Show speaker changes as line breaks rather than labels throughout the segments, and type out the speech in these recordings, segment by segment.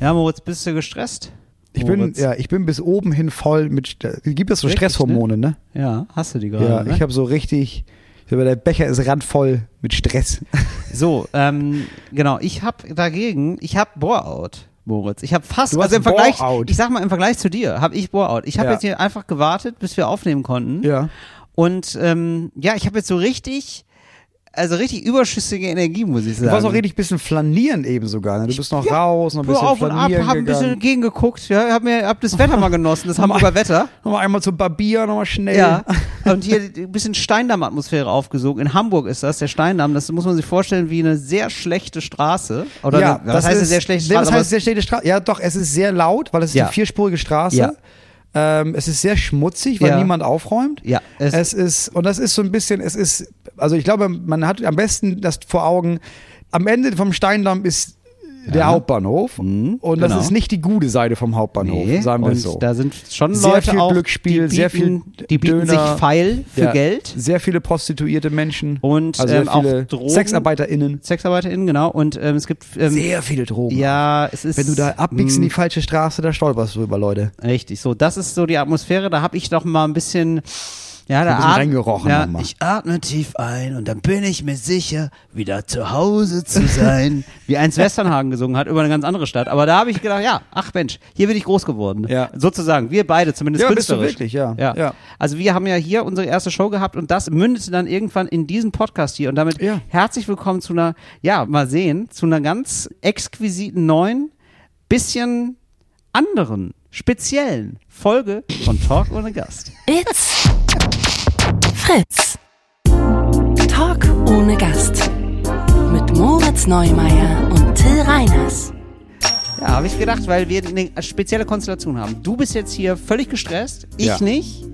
Ja, Moritz, bist du gestresst?
Ich bin,
Moritz.
ja, ich bin bis oben hin voll mit. St- Gibt es so
Wirklich,
Stresshormone, ne?
Ja, hast du die gerade?
Ja,
ne?
ich habe so richtig. ich sag mal, Der Becher ist randvoll mit Stress.
So, ähm, genau. Ich habe dagegen, ich habe Bore-out, Moritz. Ich habe fast,
Du hast
also im Vergleich,
Bore-out.
ich sag mal, im Vergleich zu dir habe ich Bore-out. Ich habe
Ja.
jetzt hier einfach gewartet, bis wir aufnehmen konnten.
Ja.
Und ähm, ja, ich habe jetzt so richtig, also richtig überschüssige Energie, muss ich sagen.
Du warst auch richtig ein bisschen flanieren eben sogar. Ne? Du bist noch raus, noch ein
Pur
bisschen
auf und ab,
flanieren
hab ein bisschen
gegangen.
gegengeguckt, ja, hab mir hab das Wetter mal genossen, das Hamburger Wetter.
Nochmal einmal zum Barbier, nochmal schnell.
Ja. Und hier ein bisschen Steindamm-Atmosphäre aufgesogen. In Hamburg ist das, der Steindamm. Das muss man sich vorstellen wie eine sehr schlechte Straße. Oder
ja,
eine, das heißt eine sehr schlechte
nee,
Straße.
Das
aber
heißt sehr schlechte Straße. Ja, doch, es ist sehr laut, weil es ist
Ja.
eine vierspurige Straße.
Ja.
Ähm, es ist sehr schmutzig, weil
Ja.
niemand aufräumt.
Ja,
Es,
es-
ist, und das ist so ein bisschen, es ist, also ich glaube, man hat am besten das vor Augen, am Ende vom Steindamm ist der Hauptbahnhof und das
genau.
ist nicht die gute Seite vom Hauptbahnhof,
Nee,
sagen wir
und
es so.
da sind schon
Sehr
Leute
viel
auch,
Glücksspiel,
die bieten,
sehr viel
die bieten
Döner.
sich Feil für
Ja.
Geld.
Sehr viele prostituierte Menschen
Und,
also sehr
ähm, auch
viele
Drogen.
SexarbeiterInnen.
SexarbeiterInnen, genau. Und ähm, es gibt, ähm,
Sehr viele Drogen.
ja, es ist...
Wenn du da abbiegst
Mhm.
in die falsche Straße, da stolperst du drüber, Leute.
Richtig, so, das ist so die Atmosphäre, da habe ich doch mal ein bisschen, ja, da
bisschen
atm-
reingerochen
ja,
nochmal.
ich atme tief ein und dann bin ich mir sicher, wieder zu Hause zu sein, wie eins Westernhagen gesungen hat, über eine ganz andere Stadt, aber da habe ich gedacht, ja, ach Mensch, hier bin ich groß geworden,
Ja.
sozusagen, wir beide, zumindest
Ja, bist du
künstlerisch.
wirklich, ja.
ja.
Ja.
Also wir haben ja hier unsere erste Show gehabt und das mündete dann irgendwann in diesen Podcast hier und damit
Ja.
herzlich willkommen zu einer, ja, mal sehen, zu einer ganz exquisiten neuen, bisschen anderen, speziellen Folge von Talk ohne Gast.
It's Fritz. Talk ohne Gast. Mit Moritz Neumeier und Till Reiners.
Ja, habe ich gedacht, weil wir eine spezielle Konstellation haben. Du bist jetzt hier völlig gestresst, ich
Ja.
nicht.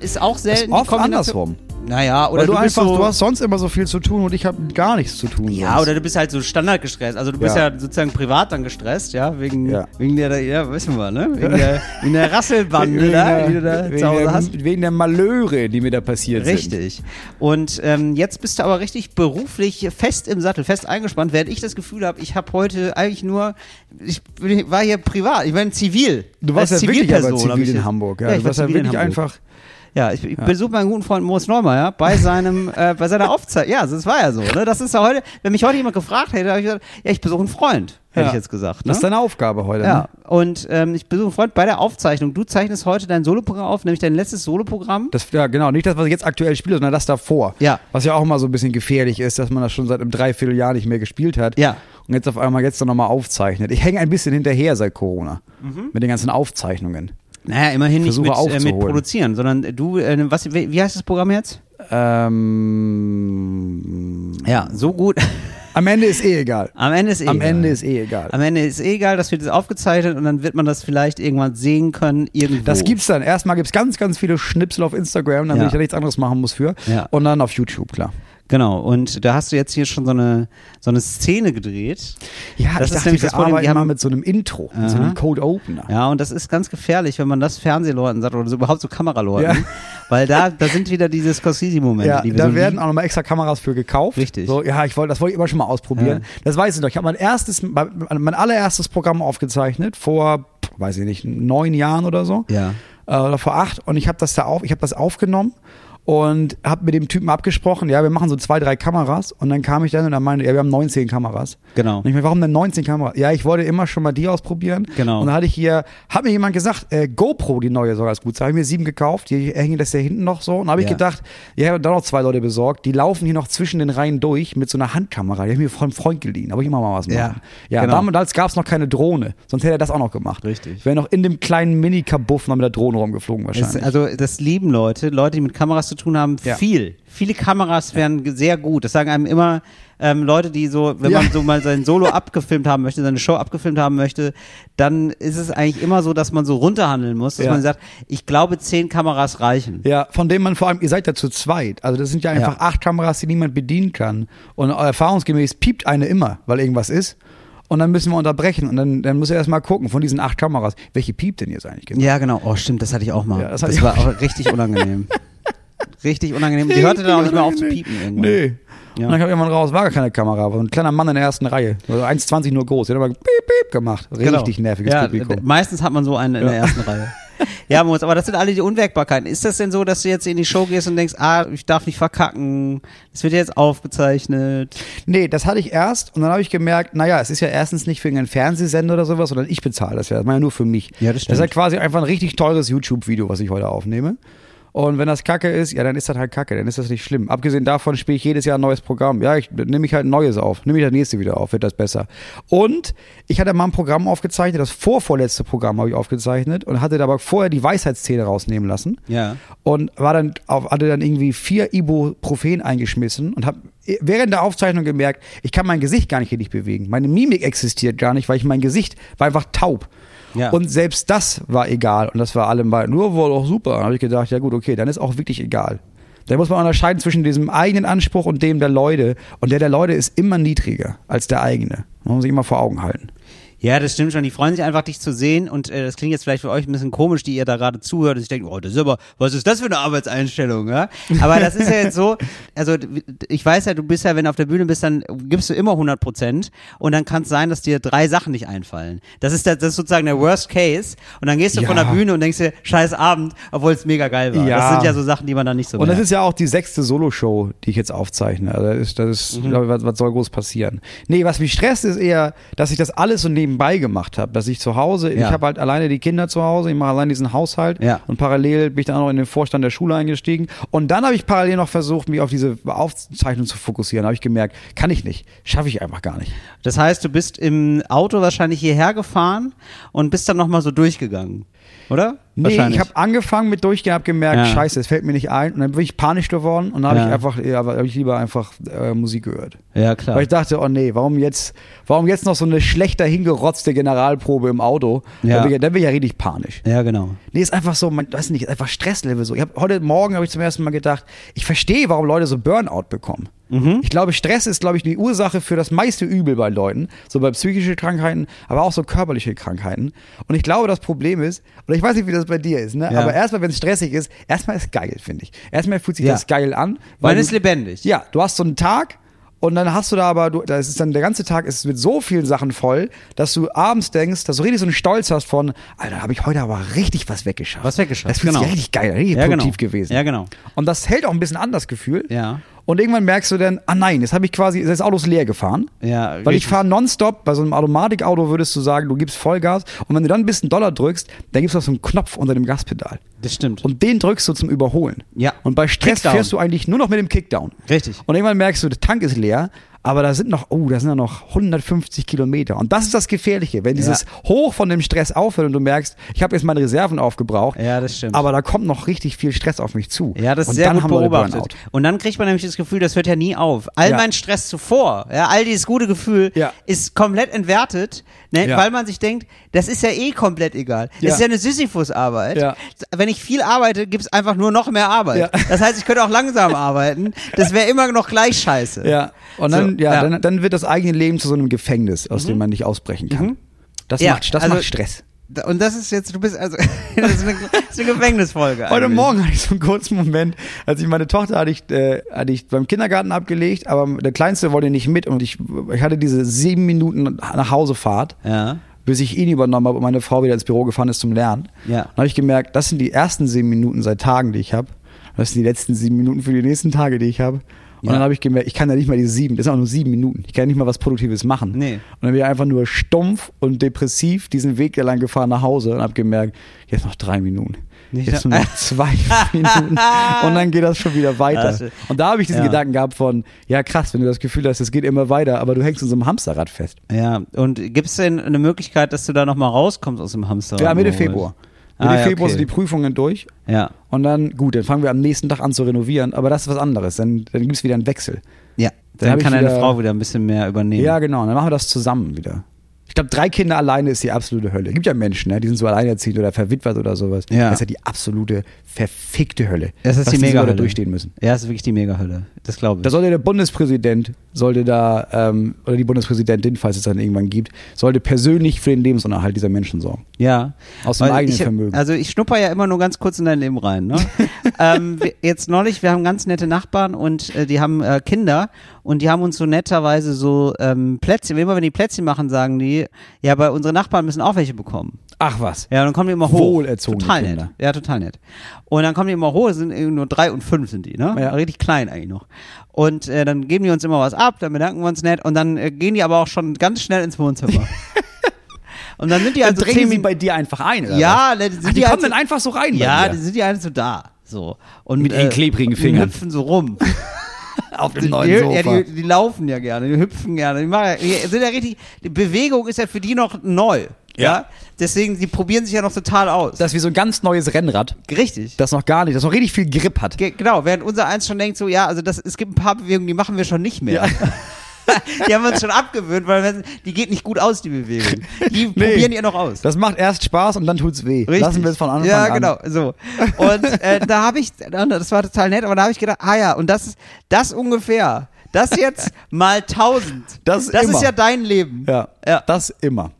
Ist auch selten. Äh, die
Oft
Kombination-
andersrum.
Naja, oder
Weil du,
du bist
einfach,
so,
du hast sonst immer so viel zu tun und ich habe gar nichts zu tun.
Ja,
sonst.
oder du bist halt so standardgestresst. Also du bist
Ja.
ja, sozusagen privat dann gestresst, ja, wegen,
Ja.
wegen der, ja, wissen wir, ne? Wegen der, wegen der Rasselbande da, die du da
wegen,
zu Hause
der,
hast.
wegen der Malöre, die mir da passiert sind.
Richtig. Und ähm, jetzt bist du aber richtig beruflich fest im Sattel, fest eingespannt, während ich das Gefühl habe, ich habe heute eigentlich nur, ich bin- war hier privat, ich war zivil.
Du warst
Als
ja wirklich aber
Zivilperson hab
zivil
ich
in
jetzt-
Hamburg. Ja,
ich
du
war
warst ja
zivil in
wirklich
Hamburg.
einfach.
Ja, ich, ich besuche meinen guten Freund Moritz Neumeier bei seinem, äh, bei seiner Aufzeichnung. Ja, das war ja so, ne? Das ist ja heute, wenn mich heute jemand gefragt hätte, habe ich gesagt, ja, ich besuche einen Freund, hätte
Ja.
ich jetzt gesagt. Ne?
Das ist deine Aufgabe heute.
ja,
Ne?
und ähm, ich besuche einen Freund bei der Aufzeichnung. Du zeichnest heute dein Soloprogramm auf, nämlich dein letztes Soloprogramm.
Das, ja, genau. Nicht das, was ich jetzt aktuell spiele, sondern das davor.
Ja.
Was ja auch mal so ein bisschen gefährlich ist, dass man das schon seit einem Dreivierteljahr nicht mehr gespielt hat.
Ja.
Und jetzt auf einmal jetzt dann nochmal aufzeichnet. Ich hänge ein bisschen hinterher seit Corona.
Mhm.
Mit den ganzen Aufzeichnungen.
Naja, immerhin nicht
Versuche
mit, äh, mit
aufzuholen.
produzieren, sondern du, äh, was, wie wie heißt das Programm jetzt?
Ähm,
Ja, so gut.
am Ende ist eh egal.
Am Ende ist eh
Am
egal.
Ende ist eh egal.
Am Ende ist eh egal, dass wir das aufgezeichnet und dann wird man das vielleicht irgendwann sehen können, irgendwo.
Das gibt's dann. Erstmal gibt's ganz, ganz viele Schnipsel auf Instagram, damit
Ja.
ich da nichts anderes machen muss für.
Ja.
Und dann auf YouTube, klar.
Genau, und da hast du jetzt hier schon so eine, so eine Szene gedreht.
Ja,
Das
ich
ist
dachte,
nämlich
wir
das Problem,
arbeiten
die haben-
mal mit so einem Intro, mit so einem
Aha.
Cold Opener.
Ja, und das ist ganz gefährlich, wenn man das Fernsehleuten sagt oder so, überhaupt so Kameraleuten.
Ja.
Weil da, da sind wieder diese Scorsese-Momente,
Ja,
die wir
da
so
werden
lieben.
auch nochmal extra Kameras für gekauft.
Richtig.
So, ja, ich wollte, das wollte ich immer schon mal ausprobieren. Das weiß ich noch. Ich habe mein erstes, mein mein allererstes Programm aufgezeichnet vor, pff, weiß ich nicht, neun Jahren oder so.
Ja.
Äh, oder vor acht. Und ich habe das da auf, ich habe das aufgenommen und habe mit dem Typen abgesprochen, ja, wir machen so zwei, drei Kameras. Und dann kam ich dann und er meinte, ja, wir haben 19 Kameras.
Genau.
Und ich meine, warum denn 19 Kameras? Ja, ich wollte immer schon mal die ausprobieren.
Genau.
Und dann hatte ich hier, hat mir jemand gesagt, äh, GoPro, die neue soll ganz gut sein. Habe ich mir sieben gekauft, die hängen das ja hinten noch so. Und habe ich
Ja.
gedacht, ja, ich habe da noch zwei Leute besorgt, die laufen hier noch zwischen den Reihen durch mit so einer Handkamera. Die habe ich mir von einem Freund geliehen, aber ich immer mal was machen.
Ja,
ja
genau.
damals gab es noch keine Drohne, sonst hätte er das auch noch gemacht.
Richtig.
Ich wäre noch in dem kleinen Mini-Kabuff noch mit der Drohne rumgeflogen
Es,
wahrscheinlich.
also das lieben Leute, Leute, die mit Kameras zu tun haben,
Ja.
viel. Viele Kameras wären ge- sehr gut. Das sagen einem immer ähm, Leute, die so, wenn
Ja.
man so mal sein Solo abgefilmt haben möchte, seine Show abgefilmt haben möchte, dann ist es eigentlich immer so, dass man so runterhandeln muss, dass
Ja.
man sagt, ich glaube, zehn Kameras reichen.
ja, von dem man vor allem, ihr seid ja zu zweit. Also das sind ja einfach
Ja.
acht Kameras, die niemand bedienen kann. Und erfahrungsgemäß piept eine immer, weil irgendwas ist. Und dann müssen wir unterbrechen. Und dann, dann muss er erst mal gucken, von diesen acht Kameras, welche piept denn jetzt eigentlich genau?
Ja, genau. Oh, stimmt, das hatte ich auch mal.
Ja, das
das
hatte ich
war auch richtig unangenehm. Richtig unangenehm. Die hörte dann auch nicht mehr auf zu piepen irgendwann.
Nee.
Ja.
Und dann kam irgendwann raus, war gar keine Kamera, war so ein kleiner Mann in der ersten Reihe. Also 1,20 nur groß. Der hat aber piep, piep gemacht. Richtig
Genau.
nerviges
ja, d-
Publikum.
Meistens hat man so einen in der ersten Reihe. Ja, Moritz, aber das sind alle die Unwägbarkeiten. Ist das denn so, dass du jetzt in die Show gehst und denkst, ah, ich darf nicht verkacken, es wird jetzt aufgezeichnet?
Nee, das hatte ich erst und dann habe ich gemerkt, naja, es ist ja erstens nicht wegen einem Fernsehsender oder sowas, sondern ich bezahle das ja. Das war ja nur für mich.
Ja, das
Das
stimmt.
ist ja quasi einfach ein richtig teures YouTube-Video, was ich heute aufnehme. Und wenn das Kacke ist, ja, dann ist das halt Kacke, dann ist das nicht schlimm. Abgesehen davon spiele ich jedes Jahr ein neues Programm. Ja, ich nehme ich halt ein neues auf, nehme ich das nächste wieder auf, wird das besser. Und ich hatte mal ein Programm aufgezeichnet, das vorvorletzte Programm habe ich aufgezeichnet und hatte dabei vorher die Weisheitszähne rausnehmen lassen
Ja.
und war dann auf, hatte dann irgendwie vier Ibuprofen eingeschmissen und habe während der Aufzeichnung gemerkt, ich kann mein Gesicht gar nicht richtig bewegen. Meine Mimik existiert gar nicht, weil ich mein Gesicht war einfach taub.
Ja.
Und selbst das war egal und das war allem bei nur wohl auch super. Dann habe ich gedacht, ja gut, okay, dann ist auch wirklich egal. Da muss man unterscheiden zwischen diesem eigenen Anspruch und dem der Leute. Und der der Leute ist immer niedriger als der eigene. Man muss sich immer vor Augen halten.
Ja, das stimmt schon. Die freuen sich einfach, dich zu sehen. Und äh, das klingt jetzt vielleicht für euch ein bisschen komisch, die ihr da gerade zuhört. Und ich denke, oh, das ist aber, was ist das für eine Arbeitseinstellung? Ja? Aber das ist ja jetzt so, also d- ich weiß ja, du bist ja, wenn du auf der Bühne bist, dann gibst du immer 100 Prozent. Und dann kann es sein, dass dir drei Sachen nicht einfallen. Das ist, der, das ist sozusagen der Worst Case. Und dann gehst du
Ja.
von der Bühne und denkst dir, scheiß Abend, obwohl es mega geil war.
Ja.
Das sind ja so Sachen, die man dann nicht so
Und das
merkt.
ist ja auch die sechste Solo-Show, die ich jetzt aufzeichne. Also das ist, das ist
Mhm.
glaub ich, was, was soll groß passieren? Nee, was mich stresst, ist eher, dass ich das alles so nebenbei gemacht habe. Dass ich zu Hause, ich
Ja.
habe halt alleine die Kinder zu Hause, ich mache alleine diesen Haushalt
Ja.
und parallel bin ich dann auch noch in den Vorstand der Schule eingestiegen. Und dann habe ich parallel noch versucht, mich auf diese Aufzeichnung zu fokussieren. Da habe ich gemerkt, kann ich nicht. Schaffe ich einfach gar nicht.
Das heißt, du bist im Auto wahrscheinlich hierher gefahren und bist dann nochmal so durchgegangen. Oder?
Nee,
wahrscheinlich.
ich habe angefangen mit Durchgehen, habe gemerkt,
Ja.
scheiße, es fällt mir nicht ein. Und dann bin ich panisch geworden und dann habe
Ja.
ich einfach, ja, habe ich lieber einfach äh, Musik gehört.
ja, klar.
Weil ich dachte, oh nee, warum jetzt, warum jetzt noch so eine schlechter hingerotzte Generalprobe im Auto?
Ja.
Dann bin ich, dann bin ich ja richtig panisch.
Ja, genau.
Nee, ist einfach so, man weiß nicht, ist einfach Stresslevel so. Ich hab, heute Morgen habe ich zum ersten Mal gedacht, ich verstehe, warum Leute so Burnout bekommen.
Mhm.
Ich glaube, Stress ist, glaube ich, die Ursache für das meiste Übel bei Leuten. So bei psychischen Krankheiten, aber auch so körperliche Krankheiten. Und ich glaube, das Problem ist, oder ich weiß nicht, wie das bei dir ist, ne?
Ja.
aber erstmal, wenn es stressig ist, erstmal ist geil, finde ich. Erstmal fühlt sich
Ja.
das geil an.
Weil
du-
es lebendig.
ja, du hast so einen Tag und dann hast du da aber, du, das ist dann der ganze Tag ist mit so vielen Sachen voll, dass du abends denkst, dass du richtig so einen Stolz hast von, Alter, habe ich heute aber richtig was weggeschafft.
Was weggeschafft,
Das fühlt
genau.
sich richtig geil, richtig
Ja,
produktiv
genau.
gewesen.
Ja, genau.
Und das hält auch ein bisschen an das Gefühl.
Ja.
Und irgendwann merkst du dann, ah nein, jetzt habe ich quasi, das Auto ist leer gefahren.
Ja,
Weil
richtig.
ich fahre nonstop, bei so einem Automatikauto würdest du sagen, du gibst Vollgas und wenn du dann ein bisschen Dollar drückst, dann gibst du auf so einen Knopf unter dem Gaspedal.
Das stimmt.
Und den drückst du zum Überholen.
Ja.
Und bei Stress
Kickdown.
fährst du eigentlich nur noch mit dem Kickdown.
Richtig.
Und irgendwann merkst du, der Tank ist leer, aber da sind noch, oh, da sind ja noch 150 Kilometer. Und das ist das Gefährliche, wenn dieses Hoch von dem Stress aufhört und du merkst, ich habe jetzt meine Reserven aufgebraucht.
Ja, das stimmt.
Aber da kommt noch richtig viel Stress auf mich zu.
ja, das ist
und
sehr
dann
gut
haben Leute
beobachtet.
Burnout.
Und dann kriegt man nämlich das Gefühl, das hört ja nie auf. All
Ja.
mein Stress zuvor, ja, all dieses gute Gefühl
Ja.
ist komplett entwertet, ne,
Ja.
weil man sich denkt, das ist ja eh komplett egal. Das
Ja.
ist ja eine Sisyphus-Arbeit.
Ja.
Wenn ich viel arbeite, gibt's einfach nur noch mehr Arbeit.
Ja.
Das heißt, ich könnte auch langsam arbeiten. Das wäre immer noch gleich scheiße.
Ja. Und dann,
So,
ja,
ja. Mhm.
Dann, dann wird das eigene Leben zu so einem Gefängnis, aus dem man nicht ausbrechen kann. Das,
Ja,
macht, das
also-
macht Stress.
Da- Und das ist jetzt, du bist also, das ist eine, das ist eine Gefängnisfolge.
Heute
eigentlich.
Morgen hatte ich so einen kurzen Moment, als ich meine Tochter hatte ich, äh, hatte ich beim Kindergarten abgelegt, aber der Kleinste wollte nicht mit und ich, ich hatte diese sieben Minuten nach Hause Fahrt,
Ja.
bis ich ihn übernommen habe und meine Frau wieder ins Büro gefahren ist zum Lernen.
Ja.
Dann habe ich gemerkt, das sind die ersten sieben Minuten seit Tagen, die ich habe. Das sind die letzten sieben Minuten für die nächsten Tage, die ich habe. Und
Ja.
dann habe ich gemerkt, ich kann ja nicht mal die sieben, das sind auch nur sieben Minuten. Ich kann ja nicht mal was Produktives machen.
Nee.
Und dann bin ich einfach nur stumpf und depressiv diesen Weg lang gefahren nach Hause und habe gemerkt, jetzt noch drei Minuten.
Nicht
jetzt
noch-
nur noch zwei Minuten. Und dann geht das schon wieder
Ja,
weiter.
das-
Und da habe ich diesen
ja.
Gedanken gehabt von, ja krass, wenn du das Gefühl hast, es geht immer weiter, aber du hängst in so einem Hamsterrad fest.
Ja, und gibt es denn eine Möglichkeit, dass du da nochmal rauskommst aus dem Hamsterrad?
Ja, Mitte
Moritz?
Februar.
Ah,
Mitte
ja,
Februar
okay.
sind die Prüfungen durch.
Ja.
Und dann, gut, dann fangen wir am nächsten Tag an zu renovieren, aber das ist was anderes. Dann, dann gibt es wieder einen Wechsel.
ja.
Dann
Dann
hab ich
kann deine
wieder-
Frau wieder ein bisschen mehr übernehmen.
Ja, genau. Dann machen wir das zusammen wieder. Ich glaube, drei Kinder alleine ist die absolute Hölle. Gibt ja Menschen, ne? die sind so alleinerziehend oder verwitwet oder sowas.
Ja.
Das ist ja die absolute verfickte Hölle.
Das ist
was
die
diese
Mega-Hölle.
Leute durchstehen müssen.
Ja, das ist wirklich die Mega-Hölle. Das glaube ich.
Da sollte der Bundespräsident, sollte da, ähm, oder die Bundespräsidentin, falls es dann irgendwann gibt, sollte persönlich für den Lebensunterhalt dieser Menschen sorgen.
ja.
Aus dem
Weil
eigenen
ich,
Vermögen.
Also ich schnupper ja immer nur ganz kurz in dein Leben rein. Ne? ähm, wir- jetzt neulich, wir haben ganz nette Nachbarn und äh, die haben äh, Kinder und die haben uns so netterweise so ähm, Plätzchen, immer wenn die Plätzchen machen, sagen die, ja, aber unsere Nachbarn müssen auch welche bekommen.
Ach was.
Ja, dann kommen die immer hoch.
Wohlerzogene
total
Kinder.
nett. Ja, total nett. Und dann kommen die immer hoch, sind irgendwie nur drei und fünf sind die, ne?
Ja.
Richtig klein eigentlich noch. Und äh, dann geben die uns immer was ab, dann bedanken wir uns nett und dann äh, gehen die aber auch schon ganz schnell ins Wohnzimmer. und dann sind die also zehn Minuten.
dir einfach ein, oder was?
Ja, dann sind
Ach, die,
halt
kommen
so-
dann einfach so rein.
Ja,
bei
die
dir.
sind ja alle so da. So. Und,
Mit ihren klebrigen
und
Fingern.
hüpfen so rum.
auf dem
die,
neuen Sofa.
ja, die, die laufen ja gerne, die hüpfen gerne. Die, machen, ja- die sind ja richtig, die Bewegung ist ja für die noch neu. Ja.
Ja.
Deswegen, die probieren sich ja noch total aus.
das ist wie so ein ganz neues Rennrad,
richtig.
das noch gar nicht, das noch richtig viel Grip hat.
Ge- Genau, während unser eins schon denkt, so, ja, also das, es gibt ein paar Bewegungen, die machen wir schon nicht mehr. die haben wir uns schon abgewöhnt, weil wir, die geht nicht gut aus, die Bewegung. Die
Nee.
probieren ihr noch aus.
Das macht erst Spaß und dann tut's weh.
Richtig.
Lassen wir es von Anfang
ja,
an.
genau, so. Und äh, da habe ich, das war total nett, aber da habe ich gedacht, ah ja, und das ist das ungefähr, das jetzt mal tausend.
Das immer.
ist ja dein Leben.
Ja,
Ja.
das immer.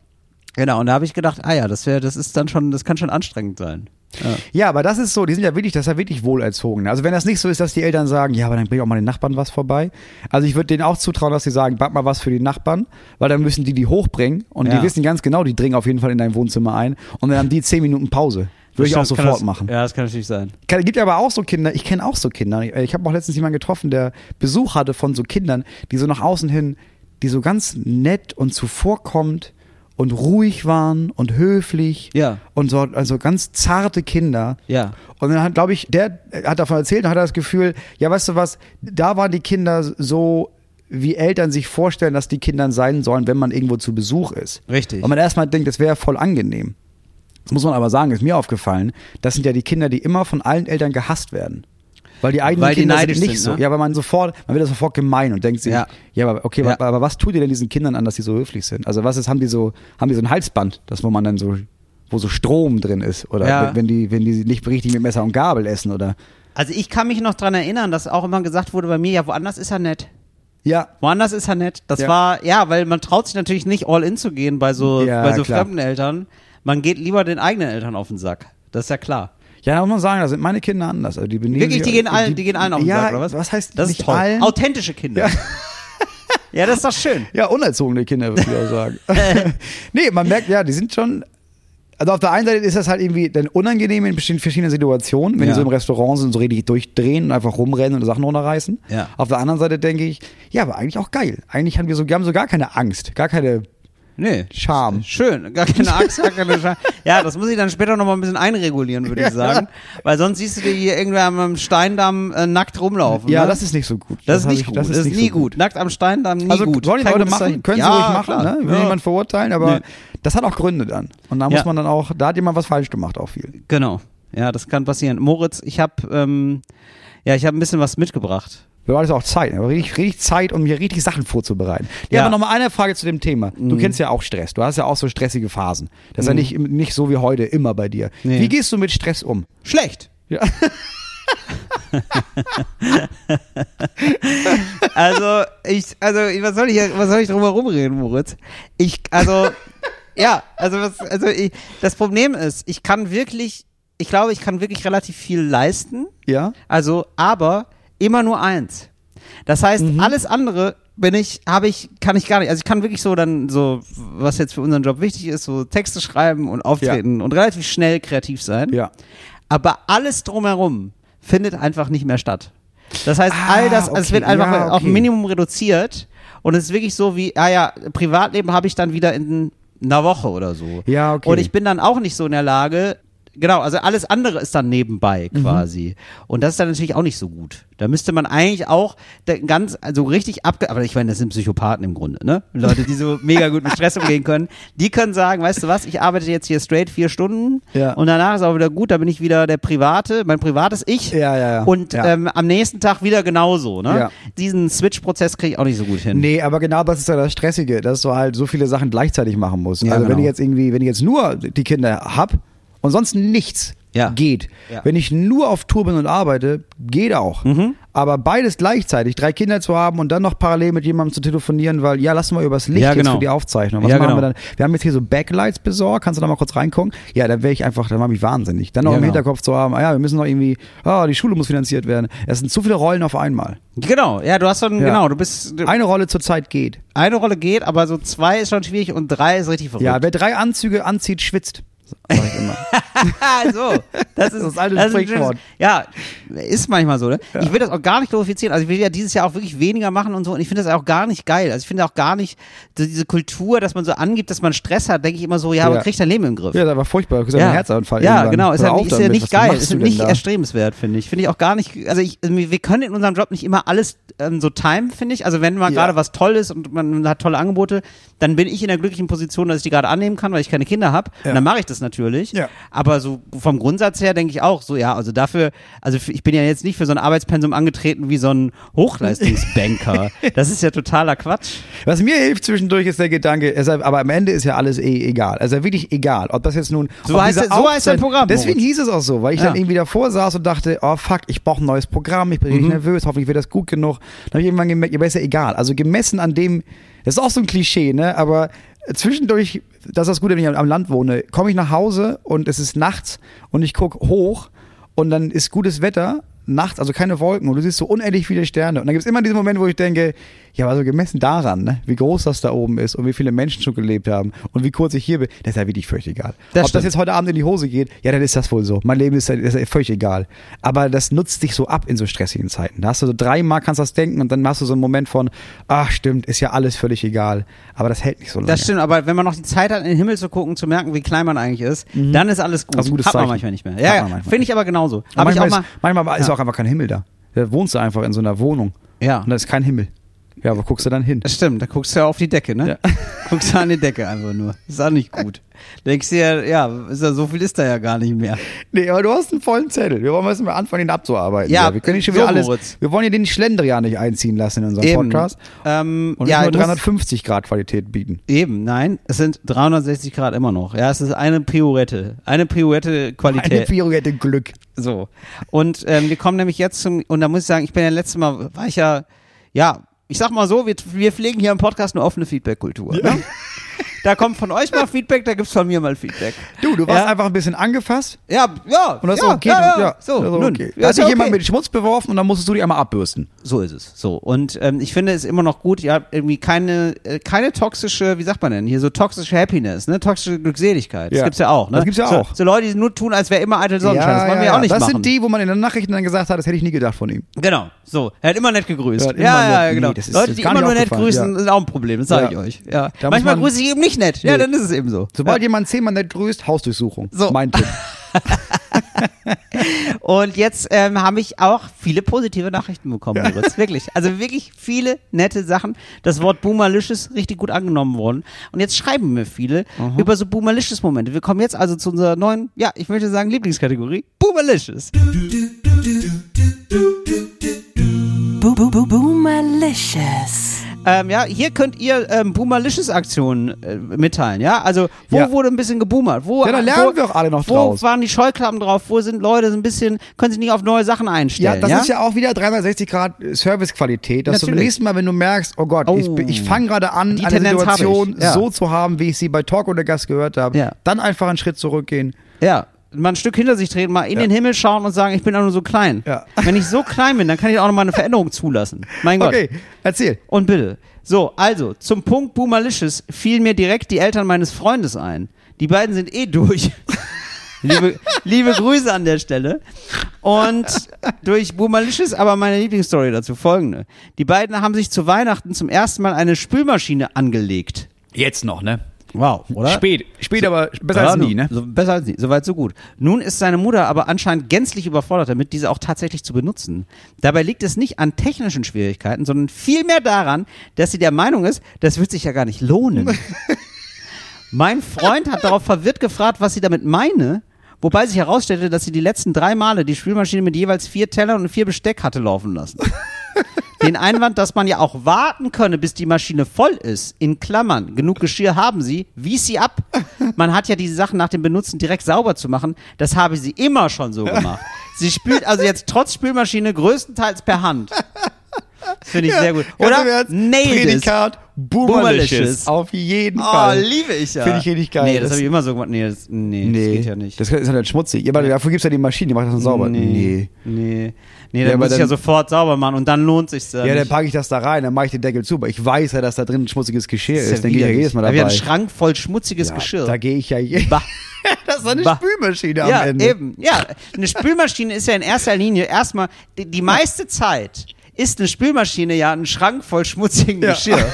Genau, und da habe ich gedacht, ah ja, das wäre, das ist dann schon, das kann schon anstrengend sein. Ja.
Ja, aber das ist so, die sind ja wirklich, das ist ja wirklich wohlerzogen. Also wenn das nicht so ist, dass die Eltern sagen, ja, aber dann bring auch mal den Nachbarn was vorbei. Also ich würde denen auch zutrauen, dass sie sagen, back mal was für die Nachbarn, weil dann müssen die die hochbringen und
Ja.
die wissen ganz genau, die dringen auf jeden Fall in dein Wohnzimmer ein und dann haben die zehn Minuten Pause. Würde ich auch
Das kann
sofort
das,
machen.
Ja, das kann natürlich sein.
Kann- gibt ja aber auch so Kinder, ich kenne auch so Kinder. Ich, ich habe auch letztens jemanden getroffen, der Besuch hatte von so Kindern, die so nach außen hin, die so ganz nett und zuvorkommend und ruhig waren und höflich
Ja.
und so also ganz zarte Kinder.
Ja.
Und dann hat, glaube ich, der hat davon erzählt und hat das Gefühl, ja, weißt du was, da waren die Kinder so wie Eltern sich vorstellen, dass die Kindern sein sollen, wenn man irgendwo zu Besuch ist.
Richtig.
Und man erstmal denkt, das wäre voll angenehm. Das muss man aber sagen, ist mir aufgefallen, das sind ja die Kinder, die immer von allen Eltern gehasst werden. Weil die eigenen
Weil die
Kinder
neidisch
sind nicht
sind,
so.
ne?
Ja, weil man sofort, man wird das sofort gemein und denkt sich,
Ja.
ja, aber okay,
Ja.
wa- aber was tut ihr denn diesen Kindern an, dass die so höflich sind? Also was ist, haben die so, haben die so ein Halsband, das wo man dann so, wo so Strom drin ist? Oder
Ja.
wenn- wenn die, wenn die nicht richtig mit Messer und Gabel essen oder?
Also ich kann mich noch dran erinnern, dass auch immer gesagt wurde bei mir, ja, woanders ist er nett.
Ja,
Woanders ist er nett. Das
Ja.
war, ja, weil man traut sich natürlich nicht all in zu gehen bei so,
Ja,
bei so
klar.
fremden Eltern. Man geht lieber den eigenen Eltern auf den Sack. Das ist ja klar.
ja, da muss man sagen, da sind meine Kinder anders. Also die benehmen
Wirklich,
sich-
die gehen allen, die, gehen allen auf den
ja,
Sack, oder was?
Was heißt
das
nicht
ist toll.
allen?
Authentische Kinder. Ja. das ist doch schön.
Ja, unerzogene Kinder, würde ich auch sagen. nee, man merkt, ja, die sind schon. Also auf der einen Seite ist das halt irgendwie dann unangenehm in bestimmten- verschiedenen Situationen, wenn
Ja.
die so im Restaurant sind und so richtig durchdrehen und einfach rumrennen und Sachen runterreißen.
Ja.
Auf der anderen Seite denke ich, ja, aber eigentlich auch geil. Eigentlich haben wir so, wir haben so gar keine Angst, gar keine
Nee.
Scham.
Schön, gar keine Angst, gar keine Scham. Ja, das muss ich dann später nochmal ein bisschen einregulieren, würde ich sagen. Weil sonst siehst du dir hier irgendwer am Steindamm äh, nackt rumlaufen.
Ja,
ne?
das ist nicht so gut.
Das, ist
hab
nicht
ich-
gut. Das ist, nie
so
gut. Nackt am Steindamm, nie
Also
gut.
sollen die
Kein
Leute
gutes
machen,
Zeichen.
können sie
ja,
ruhig machen,
klar.
ne? will
Ja.
niemand verurteilen, aber
Nee.
das hat auch Gründe dann. Und da muss
Ja.
man dann auch, da hat jemand was falsch gemacht auch viel.
Genau. Ja, das kann passieren. Moritz, ich habe ähm, ja, ich habe ein bisschen was mitgebracht.
Da war das auch Zeit, aber richtig, richtig Zeit, um hier richtig Sachen vorzubereiten. Ja,
Ja. Mhm.
aber nochmal eine Frage zu dem Thema. Du kennst ja auch Stress. Du hast ja auch so stressige Phasen. Das ist ja nicht, nicht so wie heute immer bei dir.
Nee.
Wie gehst du mit Stress um?
Schlecht.
Ja.
also, ich also was soll ich hier- was soll ich drum herum reden, Moritz? Ich also ja, also was also ich, das Problem ist, ich kann wirklich ich glaube, ich kann wirklich relativ viel leisten.
Ja?
Also, aber immer nur eins. Das heißt,
Mhm.
alles andere bin ich, habe ich, kann ich gar nicht. Also ich kann wirklich so dann so, was jetzt für unseren Job wichtig ist, so Texte schreiben und auftreten und relativ schnell kreativ sein.
Ja.
Aber alles drumherum findet einfach nicht mehr statt. Das heißt,
Ah,
all das, also es
okay.
wird einfach
Ja,
auf ein
okay.
Minimum reduziert und es ist wirklich so wie, ah ja, Privatleben habe ich dann wieder in einer Woche oder so.
Ja, okay.
Und ich bin dann auch nicht so in der Lage, genau, also alles andere ist dann nebenbei
Mhm.
quasi. Und das ist dann natürlich auch nicht so gut. Da müsste man eigentlich auch da- ganz, also richtig abge, aber ich meine, das sind Psychopathen im Grunde, ne? Leute, die so mega gut mit Stress umgehen können, die können sagen, weißt du was, ich arbeite jetzt hier straight vier Stunden
Ja.
und danach ist auch wieder gut, da bin ich wieder der Private, mein privates Ich.
Ja, ja, ja.
Und
Ja.
Ähm, am nächsten Tag wieder genauso, ne?
Ja.
Diesen Switch-Prozess kriege ich auch nicht so gut hin.
Nee, aber genau das ist ja das Stressige, dass du halt so viele Sachen gleichzeitig machen musst.
Ja,
also wenn
genau.
ich jetzt irgendwie, wenn ich jetzt nur die Kinder hab und sonst nichts,
Ja.
Geht.
Ja. Mhm.
Wenn ich nur auf Tour bin und arbeite, geht auch. Aber beides gleichzeitig, drei Kinder zu haben und dann noch parallel mit jemandem zu telefonieren, weil ja, lass mal übers Licht
Ja,
jetzt
genau.
für die Aufzeichnung. Was
Ja,
machen wir
genau.
dann? Wir haben jetzt hier so Backlights besorgt, kannst du da mal kurz reingucken? Ja, dann wäre ich einfach, dann war mich wahnsinnig. Dann noch
Ja,
im
genau.
Hinterkopf zu haben, ah ja, wir müssen noch irgendwie, ah, die Schule muss finanziert werden. Es sind zu viele Rollen auf einmal.
Genau, ja, du hast so ein,
Ja.
genau, du bist, du,
Eine Rolle zur Zeit geht.
eine Rolle geht, aber so zwei ist schon schwierig und drei ist richtig verrückt.
Ja, wer drei Anzüge anzieht, schwitzt. Sag ich immer.
Ah, so. Das ist
Das alte
ein schönes-
Sprichwort.
Ja, ist manchmal so, ne? Ich will das auch gar nicht glorifizieren. Also ich will ja dieses Jahr auch wirklich weniger machen und so. Und ich finde das auch gar nicht geil. Also ich finde auch gar nicht so diese Kultur, dass man so angibt, dass man Stress hat, denke ich immer so, ja, aber
Ja.
kriegt dein Leben im Griff.
ja, das war furchtbar. Du hast ja. einen Herzanfall.
Ja,
irgendwann.
genau. Ist
Hör
ja,
auf
nicht- ist ja
damit.
nicht
Was
geil.
machst
Ist
du denn
nicht
da?
erstrebenswert, finde ich. Finde ich auch gar nicht. Also ich, wir wir können in unserem Job nicht immer alles ähm, so timen, finde ich. Also wenn mal
Ja.
gerade was toll ist und man hat tolle Angebote, dann bin ich in der glücklichen Position, dass ich die gerade annehmen kann, weil ich keine Kinder habe.
Ja.
Und dann mache ich das natürlich.
Ja.
Aber so vom Grundsatz her denke ich auch so, ja, also dafür, also f- ich bin ja jetzt nicht für so ein Arbeitspensum angetreten wie so ein Hochleistungsbanker. das ist ja totaler Quatsch.
Was mir hilft zwischendurch ist der Gedanke, es, aber am Ende ist ja alles eh egal. Also wirklich egal, ob das jetzt nun.
So
ob
heißt
diese
der- so heißt dein
Aufzeit-
Programm,
Deswegen hieß es auch so, weil ich
Ja.
dann irgendwie davor saß und dachte, oh fuck, ich brauche ein neues Programm, ich bin
Mhm.
richtig nervös, hoffentlich wird das gut genug. Dann habe ich irgendwann gemerkt, ja, aber ist ja egal. Also gemessen an dem, das ist auch so ein Klischee, ne? Aber zwischendurch, das ist das Gute, wenn ich am- am Land wohne, komme ich nach Hause und es ist nachts und ich gucke hoch und dann ist gutes Wetter. Nachts, also keine Wolken und du siehst so unendlich viele Sterne. Und dann gibt es immer diesen Moment, wo ich denke, ja, also gemessen daran, ne, wie groß das da oben ist und wie viele Menschen schon gelebt haben und wie kurz ich hier bin, das ist ja wirklich völlig egal.
Das
Ob das
stimmt.
jetzt heute Abend in die Hose geht, ja, dann ist das wohl so. Mein Leben ist, dann- ist ja völlig egal. Aber das nutzt dich so ab in so stressigen Zeiten. Da hast du so dreimal kannst das denken und dann hast du so einen Moment von, ach stimmt, ist ja alles völlig egal. Aber das hält nicht so lange.
Das stimmt, aber wenn man noch die Zeit hat, in den Himmel zu gucken, zu merken, wie klein man eigentlich ist, dann ist alles gut.
Mhm. Das ist ein gutes
Hat man
Zeichen.
manchmal nicht mehr.
Hat
Ja,
man
ja
manchmal
finde ich aber genauso.
Und
Habe ich auch
manchmal
mal.
ist, manchmal ist
Ja.
auch einfach kein Himmel da. Da wohnst du einfach in so einer Wohnung.
Ja.
Und da ist kein Himmel. Ja, wo guckst du dann hin?
Das stimmt, da guckst du ja auf die Decke, ne?
Ja.
Guckst du an die Decke einfach nur. Ist auch nicht gut. Denkst dir, ja, ist ja, so viel ist da ja gar nicht mehr.
Nee, aber du hast einen vollen Zettel. Wir wollen mal anfangen, den abzuarbeiten.
Ja,
Ja, wir können nicht schon
so,
wieder alles.
Moritz.
Wir wollen ja den Schlendrian nicht einziehen lassen in unserem Podcast.
Ähm,
Und
ja,
nicht
du
nur
musst-
350 Grad Qualität bieten.
Eben, nein, es sind 360 Grad immer noch. Ja, es ist eine Pirouette. Eine
Eine
Pirouette-Qualität.
Pirouette Glück.
So. Und ähm, wir kommen nämlich jetzt zum, und da muss ich sagen, ich bin ja letztes Mal, war ich ja, ja, ich sag mal so, wir, wir pflegen hier im Podcast eine offene Feedback-Kultur. Ne? Da kommt von euch mal Feedback, da gibt's von mir mal Feedback.
Du, du warst
Ja.
einfach ein bisschen angefasst.
Ja, ja,
Und das
ja,
ist okay.
ja,
du-
ja, so,
das ist
nun,
okay.
ja,
Da hat
ist ja
dich jemand
okay.
mit Schmutz beworfen und dann musstest du die einmal abbürsten.
So ist es. So. Und ähm, ich finde es immer noch gut, ihr habt irgendwie keine, äh, keine toxische, wie sagt man denn hier, so toxische Happiness, ne? Toxische Glückseligkeit. Das
Ja.
gibt's ja auch, ne?
Das gibt's ja
so,
auch.
So Leute, die nur tun, als wäre immer eitel Sonnenschein. das wollen wir auch nicht
das
machen.
sind die, wo man in den Nachrichten dann gesagt hat, das hätte ich nie gedacht von ihm.
Genau, so. Er hat immer nett gegrüßt. Ja,
Er hat immer
ja,
nett-
genau.
nee, das ist-
Leute,
ist
die
gar
immer
nicht
nur nett
aufgefallen,
grüßen,
ja.
sind auch ein Problem, das sage
Ja.
ich euch. Ja.
Da muss
Manchmal
man-
grüße ich eben nicht nett. Ja,
Nee.
dann ist es eben so.
Sobald jemand zehnmal nicht grüßt, Hausdurchsuchung.
So.
Mein Tipp.
Und jetzt ähm, habe ich auch viele positive Nachrichten bekommen, Moritz. Wirklich. Also wirklich viele nette Sachen. Das Wort Boomerlisch ist richtig gut angenommen worden. Und jetzt schreiben mir viele über so Boomerlisches Momente. Wir kommen jetzt also zu unserer neuen, ja, ich möchte sagen, Lieblingskategorie. Boomerlisches.
Bu- bu- bu- Boomalicious.
Ähm, ja, hier könnt ihr ähm, Boomerlisches-Aktionen äh, mitteilen, ja? Also, wo
Ja.
wurde ein bisschen geboomert? Wo,
Ja, da lernen
wo,
wir auch alle noch
Wo
draus.
waren die Scheuklappen drauf? Wo sind Leute so ein bisschen, können sich nicht auf neue Sachen einstellen,
Ja,
ja?
das ist ja auch wieder 360 Grad Servicequalität, dass du beim
Natürlich.
nächsten Mal, wenn du merkst, oh Gott, ich,
Oh.
bin- ich fange gerade an,
Die
eine
Tendenz hab ich,
Situation
ja.
so zu haben, wie ich sie bei Talk oder Gast gehört habe,
Ja.
dann einfach einen Schritt zurückgehen.
Ja, mal ein Stück hinter sich treten, mal in
Ja.
den Himmel schauen und sagen, ich bin auch nur so klein.
Ja.
Wenn ich so klein bin, dann kann ich auch noch mal eine Veränderung zulassen. Mein Gott.
Okay, erzähl.
Und bitte. So, also, zum Punkt Boomerlicious fiel mir direkt die Eltern meines Freundes ein. Die beiden sind eh durch. liebe, liebe Grüße an der Stelle. Und durch Boomerlicious aber meine Lieblingsstory dazu folgende. Die beiden haben sich zu Weihnachten zum ersten Mal eine Spülmaschine angelegt.
Jetzt noch, ne?
Wow, oder?
Spät, spät, aber besser
Ja,
als
nun,
nie, ne?
So, besser als nie, soweit so gut. Nun ist seine Mutter aber anscheinend gänzlich überfordert damit, diese auch tatsächlich zu benutzen. Dabei liegt es nicht an technischen Schwierigkeiten, sondern vielmehr daran, dass sie der Meinung ist, das wird sich ja gar nicht lohnen. mein Freund hat darauf verwirrt gefragt, was sie damit meine. Wobei sich herausstellte, dass sie die letzten drei Male die Spülmaschine mit jeweils vier Tellern und vier Besteck hatte laufen lassen. Den Einwand, dass man ja auch warten könne, bis die Maschine voll ist, in Klammern, genug Geschirr haben sie, wies sie ab. Man hat ja diese Sachen nach dem Benutzen direkt sauber zu machen, das habe sie immer schon so gemacht. Sie spült also jetzt trotz Spülmaschine größtenteils per Hand. Das finde ich sehr gut.
Ganz
Oder?
im Ernst,
Nailed it.
Prädikat Boomerlicious.
Boomerlicious.
Auf jeden
Oh,
Fall.
liebe ich ja.
Finde ich richtig geil.
Nee, das,
Das-
habe ich immer so gemacht. Nee, das, nee, das geht ja nicht.
Das ist halt schmutzig. Ja, aber dafür gibt's ja die Maschine, die macht das dann sauber.
Nee. Nee, nee dann
aber
muss ich ja
dann-
sofort sauber machen und dann lohnt sich's dann.
Ja, dann
nicht.
packe ich das da rein, dann mache ich den Deckel zu, aber ich weiß ja, dass da drin schmutziges Geschirr
Das
ist.
ja
dann gehe ich ja
widerlich.
jedes Mal
Da
dabei.
wir haben einen Schrank voll schmutziges
ja,
Geschirr.
Da gehe ich ja je.
Bah.
das ist eine
Bah.
Spülmaschine
ja,
am Ende.
eben. Ja, eine Spülmaschine ist ja in erster Linie erstmal die, die meiste Zeit ist eine Spülmaschine ja ein Schrank voll schmutzigem
Ja.
Geschirr.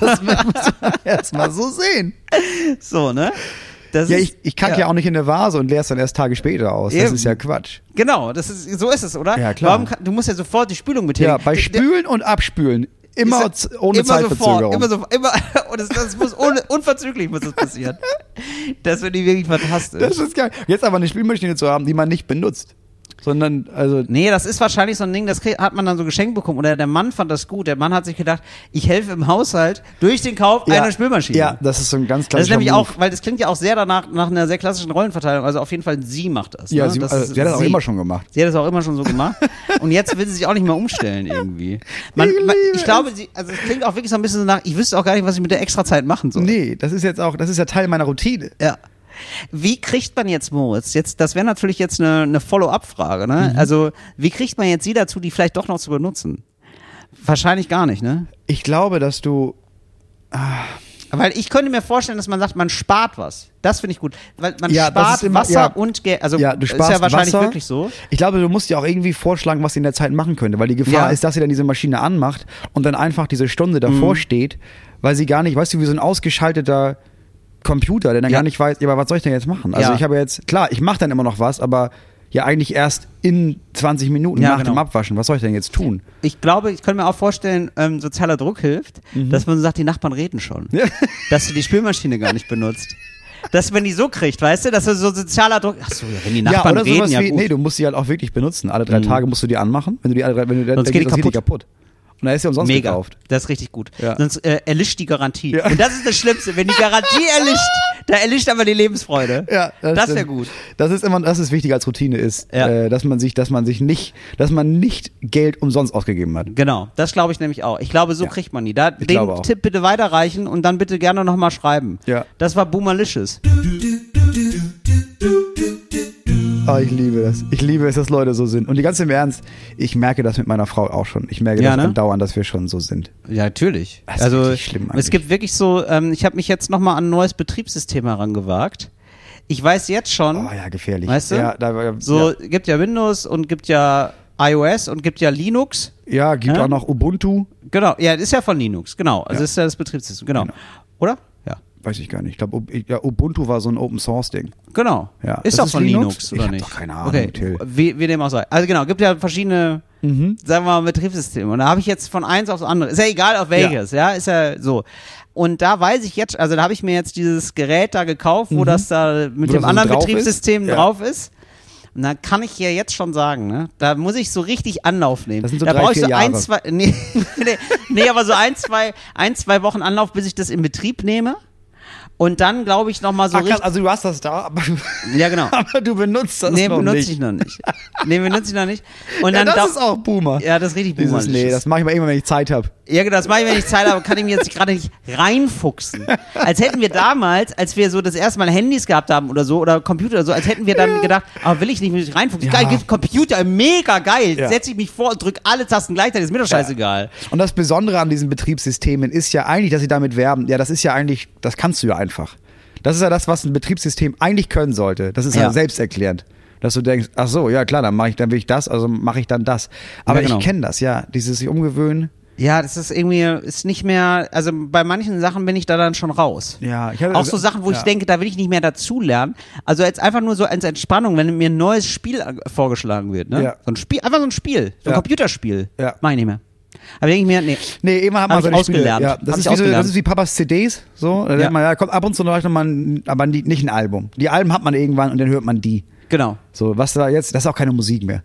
Das muss man erst mal so sehen.
So, ne? Das
Ja,
ist-
ich, ich kacke ja. auch nicht in eine Vase und leer's dann erst Tage später aus. Das
Eben.
ist ja Quatsch.
Genau, das ist, so ist es, oder?
Ja, klar.
Warum kann, du musst ja sofort die Spülung mitheben.
Ja, bei
Der- der-
Spülen und Abspülen.
Ist
Immer
ja-
z- ohne
immer
Zeitverzögerung.
Sofort, immer sofort, immer, und das, das muss ohne, unverzüglich muss das passieren. Das finde ich wirklich fantastisch.
das ist geil. Jetzt aber eine Spülmaschine zu haben, die man nicht benutzt. Sondern, also,
Nee, das ist wahrscheinlich so ein Ding, das krieg, hat man dann so geschenkt bekommen. Oder der Mann fand das gut. Der Mann hat sich gedacht, ich helfe im Haushalt durch den Kauf
Ja.
einer Spülmaschine.
Ja, das ist so ein ganz
Das
klassischer
ist nämlich
Move.
auch, weil das klingt ja auch sehr danach, nach einer sehr klassischen Rollenverteilung. Also auf jeden Fall sie macht das.
Ja,
ne?
sie,
das
also,
ist
sie hat das auch
sie.
immer schon gemacht.
Sie hat das auch immer schon so gemacht. Und jetzt will sie sich auch nicht mehr umstellen irgendwie. Man,
Ich
ich, man,
liebe
ich glaube, sie, also es klingt auch wirklich so ein bisschen so nach, ich wüsste auch gar nicht, was ich mit der Extrazeit machen soll.
Nee, das ist jetzt auch, das ist ja Teil meiner Routine.
Ja. Wie kriegt man jetzt Moritz? Jetzt, das wäre natürlich jetzt eine, eine Follow-up-Frage,
Mhm.
ne? Also, wie kriegt man jetzt sie dazu, die vielleicht doch noch zu benutzen? Wahrscheinlich gar nicht, ne?
Ich glaube, dass du.
Weil ich könnte mir vorstellen, dass man sagt, man spart was. Das finde ich gut. Weil man
Ja, das
spart
ist immer-
Wasser
ja.
und Geld. Also
Ja, du sparst
ist ja wahrscheinlich
Wasser.
wirklich so.
Ich glaube, du musst ja auch irgendwie vorschlagen, was sie in der Zeit machen könnte, weil die Gefahr
Ja.
ist, dass sie dann diese Maschine anmacht und dann einfach diese Stunde
Mhm.
davor steht, weil sie gar nicht, weißt du, wie so ein ausgeschalteter Computer, der dann
Ja.
gar nicht weiß, ja, aber was soll ich denn jetzt machen? Also
Ja.
ich habe jetzt, klar, ich mache dann immer noch was, aber ja eigentlich erst in 20 Minuten
Ja,
nach
genau.
dem Abwaschen. Was soll ich denn jetzt tun?
Ich glaube, ich könnte mir auch vorstellen, ähm, sozialer Druck hilft,
Mhm.
dass man sagt, die Nachbarn reden schon. Dass du die Spülmaschine gar nicht benutzt. Dass man die so kriegt, weißt du, dass du so sozialer Druck. Ach so, ja, wenn die Nachbarn
ja, oder
reden,
sowas
ja
wie,
gut. Mhm.
nee, du musst sie halt auch wirklich benutzen. Alle drei Tage musst du die anmachen. Wenn du die alle drei, wenn du
Sonst geht die
kaputt. Und dann ist sie umsonst
Mega.
gekauft.
Das ist richtig gut.
Ja.
Sonst äh, erlischt die Garantie.
Ja.
Und das ist das Schlimmste. Wenn die Garantie erlischt, da erlischt aber die Lebensfreude. das wäre
stimmt.
gut.
Das ist immer, das ist wichtiger als Routine ist,
Ja.
äh, dass man sich, dass man sich nicht, dass man nicht Geld umsonst ausgegeben hat.
Genau, das glaube ich nämlich auch. Ich glaube, so
Ja.
kriegt man die. Da, den
glaube auch.
Tipp bitte weiterreichen und dann bitte gerne nochmal schreiben.
Ja.
Das war Boomerlicious.
Ah, ich liebe das. Ich liebe es, dass Leute so sind. Und die ganze im Ernst, ich merke das mit meiner Frau auch schon. Ich merke
Ja,
das
ne?
andauernd, dass wir schon so sind.
Ja, natürlich.
Das ist
also
richtig schlimm eigentlich.
es gibt wirklich so, ähm, ich habe mich jetzt nochmal an ein neues Betriebssystem herangewagt. Ich weiß jetzt schon,
Oh ja, gefährlich.
Weißt du?
Ja, da,
so
ja,
gibt ja Windows und gibt ja iOS und gibt ja Linux.
ja gibt
Ja?
auch noch Ubuntu.
Genau, ja, das ist ja von Linux, genau. Also
Ja.
ist ja das Betriebssystem, genau.
Genau.
Oder? Ja.
Weiß ich gar nicht. Ich glaube, ja, Ubuntu war so ein Open Source Ding.
Genau.
Ja.
Ist
Das
doch
ist
von Linux,
Linux? Ich
oder
hab
nicht?
doch keine Ahnung,
Okay,
Till. Mhm.
wie, wie dem auch sei. Also genau, gibt ja verschiedene, sagen wir mal, Betriebssysteme. Und da habe ich jetzt von eins aufs andere. Ist ja egal auf welches, ja. ist ja so. Und da weiß ich jetzt, also da habe ich mir jetzt dieses Gerät da gekauft, wo das da mit
Mhm. Wo das
dem
so
anderen
drauf ist?
Betriebssystem
Ja.
drauf ist. Und da kann ich ja jetzt schon sagen, ne? Da muss ich so richtig Anlauf nehmen.
Das sind so
da
drei,
brauche ich
vier
so ein,
Jahre.
zwei, nee, nee, nee, aber so ein, zwei, ein, zwei Wochen Anlauf, bis ich das in Betrieb nehme. Und dann glaube ich nochmal so
Ach, krass,
richtig.
also du hast das da, aber,
Ja, genau.
aber du benutzt das
Nee,
noch
benutze
nicht.
ich noch nicht. Nee, benutze ich noch nicht. Und
ja,
dann
das
dau-
ist auch Boomer.
ja, das ist richtig
Dieses,
boomerisch.
nee, das mache ich mal irgendwann, wenn ich Zeit habe.
ja, genau, das mache ich, wenn ich Zeit habe, kann ich mir jetzt gerade nicht reinfuchsen. Als hätten wir damals, als wir so das erste Mal Handys gehabt haben oder so, oder Computer oder so, als hätten wir dann gedacht, ah, will ich nicht, will ich reinfuchsen.
Ja.
Geil, gibt Computer, mega geil.
Ja.
Setze ich mich vor und drücke alle Tasten gleichzeitig, ist mir doch scheißegal.
Und das Besondere an diesen Betriebssystemen ist ja eigentlich, dass sie damit werben, ja, das ist ja eigentlich, das kannst du ja einfach. Das ist ja das, was ein Betriebssystem eigentlich können sollte. Das ist ja,
Ja.
selbsterklärend. Dass du denkst, ach so, ja klar, dann mache ich, dann will ich das, also mache ich dann das. Aber
Ja, genau.
ich kenne das, ja. Dieses sich umgewöhnen.
Ja, das ist irgendwie, ist nicht mehr, also bei manchen Sachen bin ich da dann schon raus.
Ja, ich hatte-
Auch so Sachen, wo
ja.
ich denke, da will ich nicht mehr dazulernen. Also jetzt einfach nur so als Entspannung, wenn mir ein neues Spiel an- vorgeschlagen wird, ne?
Ja.
So ein Spiel, einfach so ein Spiel, so ein
Ja.
Computerspiel.
Ja.
Mach ich nicht mehr. Aber denke ich mir, nee.
Nee, immer hat man
Hab ich
seine Spiele.
ausgelernt.
Ja, das,
Hab
ist
ich
wie so,
ausgelernt.
das ist wie Papas CDs. So, da
Ja.
denkt man, ja, kommt ab und zu noch mal, ein, aber nie- nicht ein Album. Die Alben hat man irgendwann und dann hört man die.
Genau.
So, was da jetzt, das ist auch keine Musik mehr.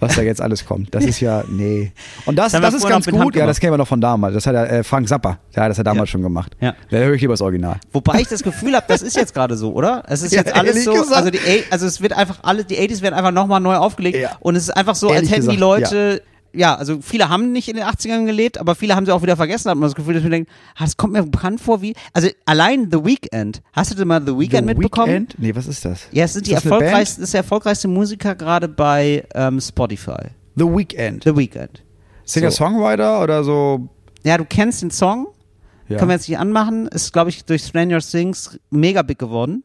was da jetzt alles kommt. Das ist ja, nee. Und das,
Das haben wir
das ist
vorher
ganz
noch mit Hand
gut. Ja, das
gemacht.
kennen wir noch von damals. Das hat ja äh, Frank Zappa. Ja, das hat er damals
Ja.
schon gemacht.
Ja.
Da höre ich lieber das Original.
Wobei ich das Gefühl habe, das ist jetzt gerade so, oder? Es ist
Ja,
jetzt alles
ehrlich
so,
gesagt.
also, die, Ei- also es wird einfach alles, die 80s werden einfach nochmal neu aufgelegt
Ja.
und es ist einfach so,
Ehrlich
als hätten die
gesagt, ja.
Leute, ja. also viele haben nicht in den 80ern gelebt, aber viele haben sie auch wieder vergessen, hat man das Gefühl, dass wir denken, ah, das kommt mir bekannt vor wie, also allein The Weeknd, hast du denn mal The Weeknd mitbekommen?
Weekend? Nee, was ist das?
Ja, es sind die
Ist das eine
erfolgreichsten, ist der erfolgreichste Musiker gerade bei ähm, Spotify,
Band? The Weekend.
The Weeknd.
Singer-Songwriter oder so?
Ja, du kennst den Song,
Ja.
Können wir jetzt nicht anmachen. Ist, glaube ich, durch Stranger Things mega big geworden.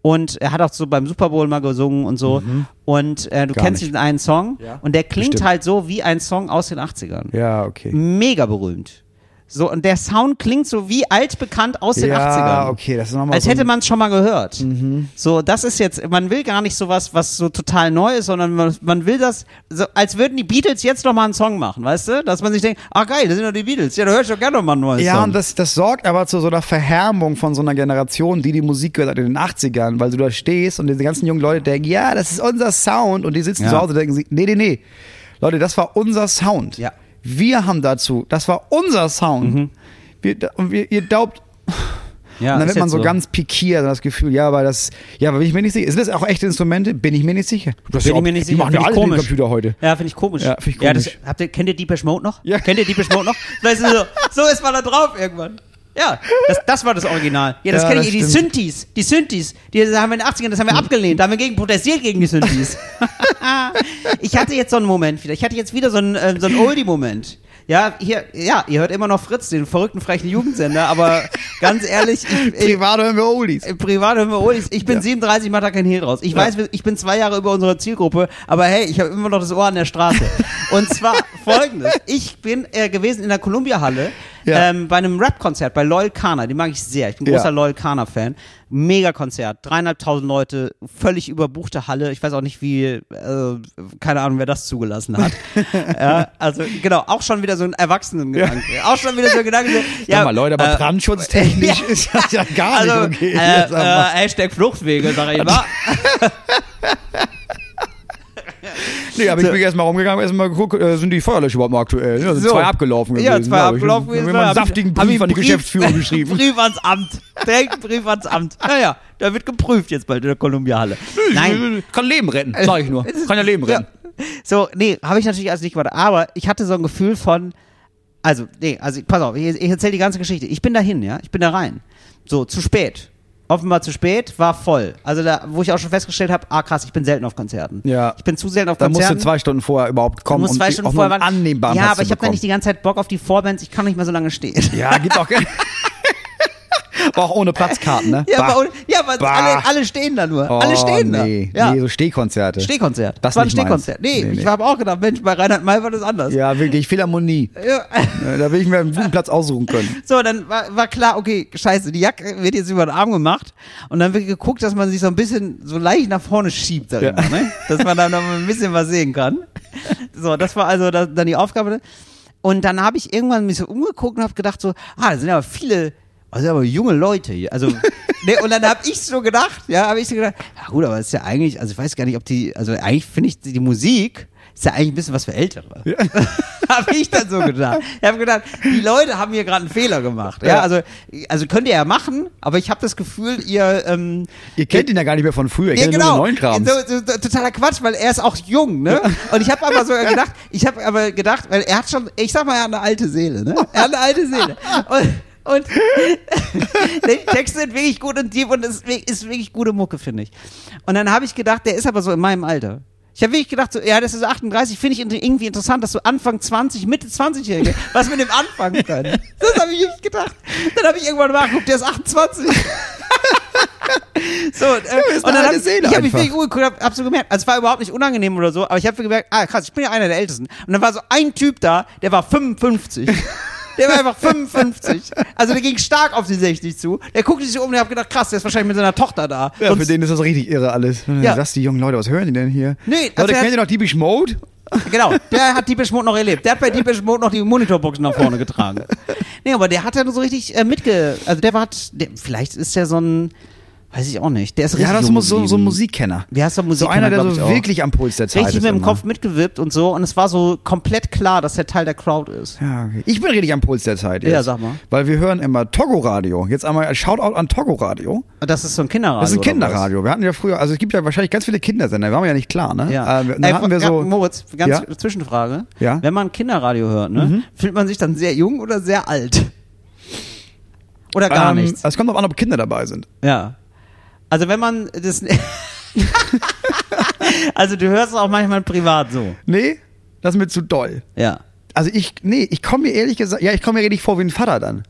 Und er hat auch so beim Super Bowl mal gesungen und so. Und äh, du
Mhm. Gar
kennst
nicht.
diesen einen Song.
Ja.
Und der klingt
Bestimmt.
halt so wie ein Song aus den 80ern.
ja, okay.
Mega berühmt. So, und der Sound klingt so wie altbekannt aus den
ja,
80ern.
okay, das ist nochmal
Als Also
so ein- Mhm.
hätte man es schon mal gehört. So, das ist jetzt, man will gar nicht sowas, was so total neu ist, sondern man, man will das, so, als würden die Beatles jetzt nochmal einen Song machen, weißt du? Dass man sich denkt, ah geil, das sind doch die Beatles, ja, da höre ich doch gerne nochmal einen neuen Song.
Ja, und das, das sorgt aber zu so einer Verhärmung von so einer Generation, die die Musik gehört hat in den 80ern, weil du da stehst und diese ganzen jungen Leute denken, ja, das ist unser Sound. Und die sitzen
Ja.
zu Hause und denken, sie, nee, nee, nee. Leute, das war unser Sound.
Ja.
Wir haben dazu, das war unser Sound. Wir, und wir, ihr glaubt,
Ja,
und dann
ist
wird man
jetzt
so, ganz pikiert und das Gefühl, ja, aber das, ja, aber bin ich mir nicht sicher. Sind das auch echte Instrumente? Bin ich mir nicht sicher. Das
Bin
ist ja
ich
auch-
mir nicht
Die
sicher.
machen
Finde
ja
ich
alle
komisch.
den Computer heute.
Ja, finde ich komisch.
Ja, finde ich
das,
komisch.
habt ihr, kennt ihr Deepesh Mode noch?
Ja.
Kennt ihr Deepesh Mode noch? Vielleicht ist es so, so ist man da drauf irgendwann. Ja, das, das war das Original. Ja, das
Ja,
kenne
das
ich. Die
stimmt. Hm.
Synthes, die Synthes, die haben wir in den 80ern, das haben wir abgelehnt, da haben wir gegen protestiert gegen die Synthes. ich hatte jetzt so einen Moment wieder. Ich hatte jetzt wieder so einen, ähm, so einen Oldie-Moment. Ja, hier, ja, ihr hört immer noch Fritz, den verrückten frechen Jugendsender, aber ganz ehrlich, ich, ich,
Privat hören wir Oldies.
äh, Privat hören wir Olis. Ich bin 37, mach da kein Hehl raus. Ich weiß, ich bin zwei Jahre über unserer Zielgruppe, aber hey, ich habe immer noch das Ohr an der Straße. Und zwar folgendes. Ich bin äh, gewesen in der Columbia-Halle
Ja.
ähm, bei einem Rap-Konzert bei Loyal Kana. Die mag ich sehr. Ich bin
Ja.
großer Loyal Kana-Fan. Mega-Konzert. Dreieinhalbtausend Leute, völlig überbuchte Halle. Ich weiß auch nicht, wie, äh, keine Ahnung, wer das zugelassen hat. ja, also genau, auch schon wieder so ein Erwachsenengedanke. Auch schon wieder so ein Gedanke. so,
Ja, mal Leute, aber
äh,
brandschutztechnisch ist das ja gar
also,
nicht okay.
äh,
Jetzt Also, aber-
äh, Hashtag Fluchtwege, sag ich immer.
Nee, aber ich bin erstmal rumgegangen, erstmal geguckt, äh, sind die Feuerlöscher überhaupt noch aktuell? Ja, sind
So.
also zwei abgelaufen gewesen.
Ja, zwei
hab ich
abgelaufen
schon- hab
gewesen.
ich mal einen
hab ich-
saftigen
hab ich
Brief an die
Brief-
Geschäftsführung geschrieben.
Brief ans Amt. Direkt einen Brief ans Amt. Naja, da wird geprüft jetzt bald in der Kolumbiahalle. Nein. Äh,
Kann Leben retten, sag ich nur. Kann ja Leben retten.
So, nee, habe ich natürlich alles nicht gemacht. Aber ich hatte so ein Gefühl von, also, nee, also ich- pass auf, ich, ich erzähle die ganze Geschichte. Ich bin dahin, ja, ich bin da rein. So, zu spät. Offenbar zu spät, war voll. Also da, wo ich auch schon festgestellt habe, ah krass, ich bin selten auf Konzerten.
Ja.
Ich bin zu selten auf
Da musst
Konzerten.
du zwei Stunden vorher überhaupt kommen,
Du musst
um
zwei
die-
Stunden
auch nur
vorher
einen
warten.
annehmbaren
Ja,
Platz
aber
zu
ich habe dann
bekommen.
nicht die ganze Zeit Bock auf die Vorbands. Ich kann nicht mehr so lange stehen.
Ja, gibt auch... War auch ohne Platzkarten, ne?
Ja,
Bah.
aber, ja, aber
Bah.
alle, alle stehen da nur.
Oh,
alle stehen
nee.
da. Ja.
Nee, so Stehkonzerte.
Stehkonzert.
Das
war ein
nicht meins.
Stehkonzert. Nee,
Nee, nee.
ich habe auch gedacht, Mensch, bei Reinhard May war das anders.
ja, wirklich, Philharmonie.
Ja.
Ja, Da will ich mir einen guten Platz aussuchen können.
So, dann war, war klar, okay, scheiße, die Jacke wird jetzt über den Arm gemacht und dann wird geguckt, dass man sich so ein bisschen so leicht nach vorne schiebt, sag ich
Ja.
mal, ne? dass man da noch ein bisschen was sehen kann. So, das war also da, dann die Aufgabe. Und dann habe ich irgendwann mich so umgeguckt und habe gedacht so, ah, da sind aber viele, also aber junge Leute hier. Also, ne, und dann habe ich so gedacht, ja, habe ich so gedacht, ja gut, aber das ist ja eigentlich, also ich weiß gar nicht, ob die, also eigentlich finde ich die Musik ist ja eigentlich ein bisschen was für Ältere. habe ich dann so gedacht. Ich habe gedacht, die Leute haben hier gerade einen Fehler gemacht. Ja,
Ja.
Also, also könnt ihr ja machen, aber ich habe das Gefühl, ihr ähm,
Ihr kennt ihn ja gar nicht mehr von früher, ihr
ja, genau.
kennt nur den neuen Kram.
So, so, so, totaler Quatsch, weil er ist auch jung, ne? Und ich habe aber so gedacht, ich habe aber gedacht, weil er hat schon, ich sag mal, er hat eine alte Seele, ne? Er hat eine alte Seele. Und, und die Texte sind wirklich gut und tief und es ist wirklich- ist wirklich gute Mucke, finde ich. Und dann habe ich gedacht, der ist aber so in meinem Alter. Ich habe wirklich gedacht, so, ja, das ist 38, finde ich inter- irgendwie interessant, dass so Anfang 20, Mitte 20-Jährige was mit dem anfangen können. Das habe ich wirklich gedacht. Dann habe ich irgendwann nachgeguckt, der ist 28. So, und, äh,
ist
und
eine
dann
alte
hab,
Seele
ich habe mich
einfach.
wirklich umgeguckt, hab, hab so gemerkt, also es war überhaupt nicht unangenehm oder so, aber ich habe gemerkt, ah krass, ich bin ja einer der Ältesten. Und dann war so ein Typ da, der war 55. Der war einfach 55. Also der ging stark auf die 60 zu. Der guckte sich um und ich habe gedacht, krass, der ist wahrscheinlich mit seiner Tochter da.
Ja, für
Sonst,
den ist das richtig irre alles.
Ja.
Lass die jungen Leute, was hören die denn hier?
Nee, also
Leute,
er-
kennt ihr noch Diebisch Mode?
genau, der hat Deepish Mode noch erlebt. Der hat bei Deepish Mode noch die Monitorbox nach vorne getragen. Nee, aber der hat ja nur so richtig äh, mitge... Also der war... Der, vielleicht ist der so ein... Weiß ich auch nicht. Der ist richtig.
Ja, das muss so, so ein
geblieben.
Musikkenner.
Ja, ist doch
So einer,
Musikkenner,
der so
glaub ich auch.
wirklich am Puls der Zeit
Richtig
ist.
mit dem
immer.
Kopf mitgewippt und so. Und es war so komplett klar, dass der Teil der Crowd ist.
Ja, okay. Ich bin richtig am Puls der Zeit. Jetzt,
Ja, sag mal.
Weil wir hören immer Togo Radio. Jetzt einmal ein Shoutout an Togo Radio.
Und das ist so ein Kinderradio.
Das ist ein
oder was?
Kinderradio. Wir hatten ja früher, also es gibt ja wahrscheinlich ganz viele Kindersender, wir waren ja nicht klar, ne?
Ja.
Ähm, dann
Ey,
hatten wir
Fra-
so.
Moritz, ganz
Ja?
Zwischenfrage.
Ja? Mhm.
Wenn man Kinderradio hört, ne, fühlt man sich dann sehr jung oder sehr alt? Oder gar
ähm,
nichts?
Es kommt auch an, ob Kinder dabei sind.
Ja. Also wenn man das... also du hörst es auch manchmal privat so.
Nee, das ist mir zu doll.
Ja.
Also ich, nee, ich komme mir ehrlich gesagt, ja, ich komme mir ehrlich vor wie ein Vater dann.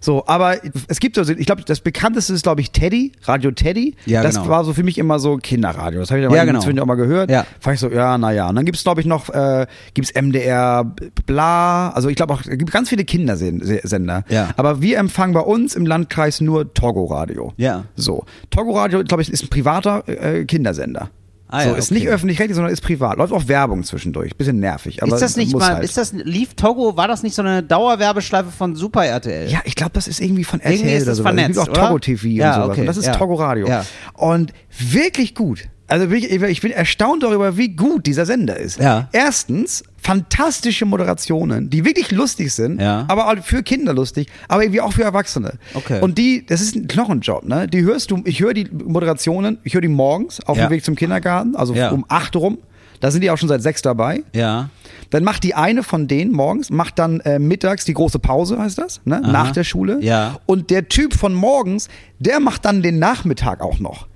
So, aber es gibt also, ich glaube, das bekannteste ist, glaube ich, Teddy, Radio Teddy.
Ja,
das
genau.
war so für mich immer so Kinderradio. Das habe ich
Ja,
ja,
genau.
genau. inzwischen auch mal gehört.
Ja.
Fand ich so, ja, naja. Und dann gibt es, glaube ich, noch, äh, gibt es MDR, bla. Also ich glaube auch, es gibt ganz viele Kindersender.
Ja.
Aber wir empfangen bei uns im Landkreis nur Togo Radio.
Ja.
So. Togo Radio, glaube ich, ist ein privater äh, Kindersender.
Ah,
so,
ja,
ist
okay.
nicht öffentlich-rechtlich, sondern ist privat. Läuft auch Werbung zwischendurch. Bisschen nervig. Aber
ist das nicht
muss
mal,
halt.
ist das, lief Togo, war das nicht so eine Dauerwerbeschleife von Super RTL?
Ja, ich glaube, das ist irgendwie von
Äh, Irgendwie
RTL
ist
oder
es
so.
vernetzt,
auch
oder?
Togo TV
Ja,
und sowas.
okay,
und das ist
ja.
Togo Radio.
Ja.
Und wirklich gut. Also wirklich, ich bin erstaunt darüber, wie gut dieser Sender ist.
Ja.
Erstens, fantastische Moderationen, die wirklich lustig sind,
Ja.
aber auch für Kinder lustig, aber irgendwie auch für Erwachsene.
Okay.
Und die, das ist ein Knochenjob, ne? Die hörst du, ich höre die Moderationen, ich höre die morgens auf
Ja.
dem Weg zum Kindergarten, also
Ja.
um 8 rum. Da sind die auch schon seit sechs dabei.
Ja.
Dann macht die eine von denen morgens, macht dann äh, mittags die große Pause, heißt das, ne? nach der Schule.
Ja.
Und der Typ von morgens, der macht dann den Nachmittag auch noch.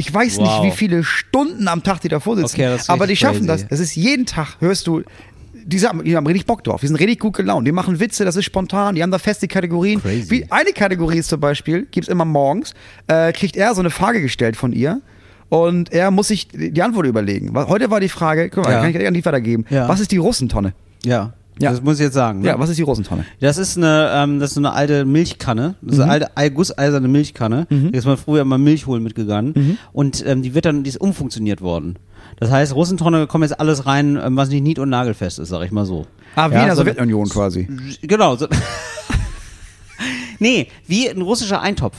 Ich weiß
Wow.
nicht, wie viele Stunden am Tag die davor sitzen,
Okay, das ist
aber die
richtig
schaffen
crazy.
das. Das ist jeden Tag, hörst du, die, sagen, die haben richtig Bock drauf, die sind richtig gut gelaunt, die machen Witze, das ist spontan, die haben da feste Kategorien.
Crazy.
Wie eine Kategorie ist zum Beispiel, gibt's immer morgens, äh, kriegt er so eine Frage gestellt von ihr. Und er muss sich die Antwort überlegen. Weil Heute war die Frage, guck mal,
Ja.
kann ich an die weitergeben.
Ja.
Was ist die Russentonne?
Ja.
Ja.
Das muss ich jetzt sagen. Ne?
Ja, was ist die Russentonne?
Das ist eine, ähm, das ist so eine alte Milchkanne, das
Mhm.
ist eine alte ei- gusseiserne Milchkanne. Da ist man früher immer Milch holen mitgegangen
Mhm.
und ähm, die wird dann, die ist umfunktioniert worden. Das heißt, Russentonne kommt jetzt alles rein, ähm, was nicht nied- und nagelfest ist, sag ich mal so.
Ah, wie
Ja,
in der
so-
Sowjetunion quasi.
Genau. So. nee, wie ein russischer Eintopf.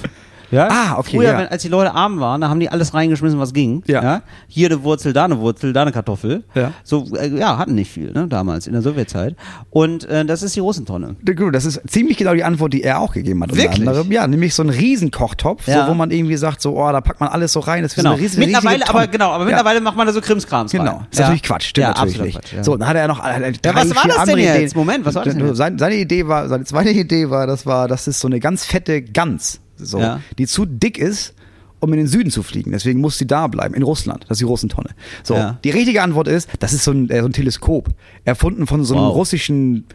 Ja?
Ah, okay,
Früher,
ja.
wenn, als die Leute arm waren, da haben die alles reingeschmissen, was ging.
Ja.
Hier eine Wurzel, da eine Wurzel, da eine Kartoffel.
Ja.
So, äh, ja, hatten nicht viel, ne, damals, in der Sowjetzeit. Und äh, das ist die Russentonne.
Na gut, Das ist ziemlich genau die Antwort, die er auch gegeben hat. unter
Wirklich?
anderem. Ja, nämlich so ein Riesenkochtopf,
Ja.
so, wo man irgendwie sagt, so, oh, da packt man alles so rein. Das ist
Genau.
so eine riesige,
mittlerweile,
riesige
aber
Tonne.
genau, aber
Ja.
mittlerweile macht man da so Krimskrams rein.
Genau, ist natürlich Quatsch, stimmt
ja,
natürlich
absoluter
nicht.
Quatsch, ja.
So, dann hat er noch äh, äh, drei,
was war das
vier
denn
andere
jetzt?
Ideen.
Moment, was war das denn jetzt?
Seine, seine Idee war, seine zweite Idee war, das war, das ist so eine ganz fette Gans, so,
Ja.
die zu dick ist, um in den Süden zu fliegen. Deswegen muss sie da bleiben, in Russland. Das ist die Russentonne. So,
Ja.
die richtige Antwort ist, das ist so ein, äh, so ein Teleskop, erfunden von so einem
Wow.
russischen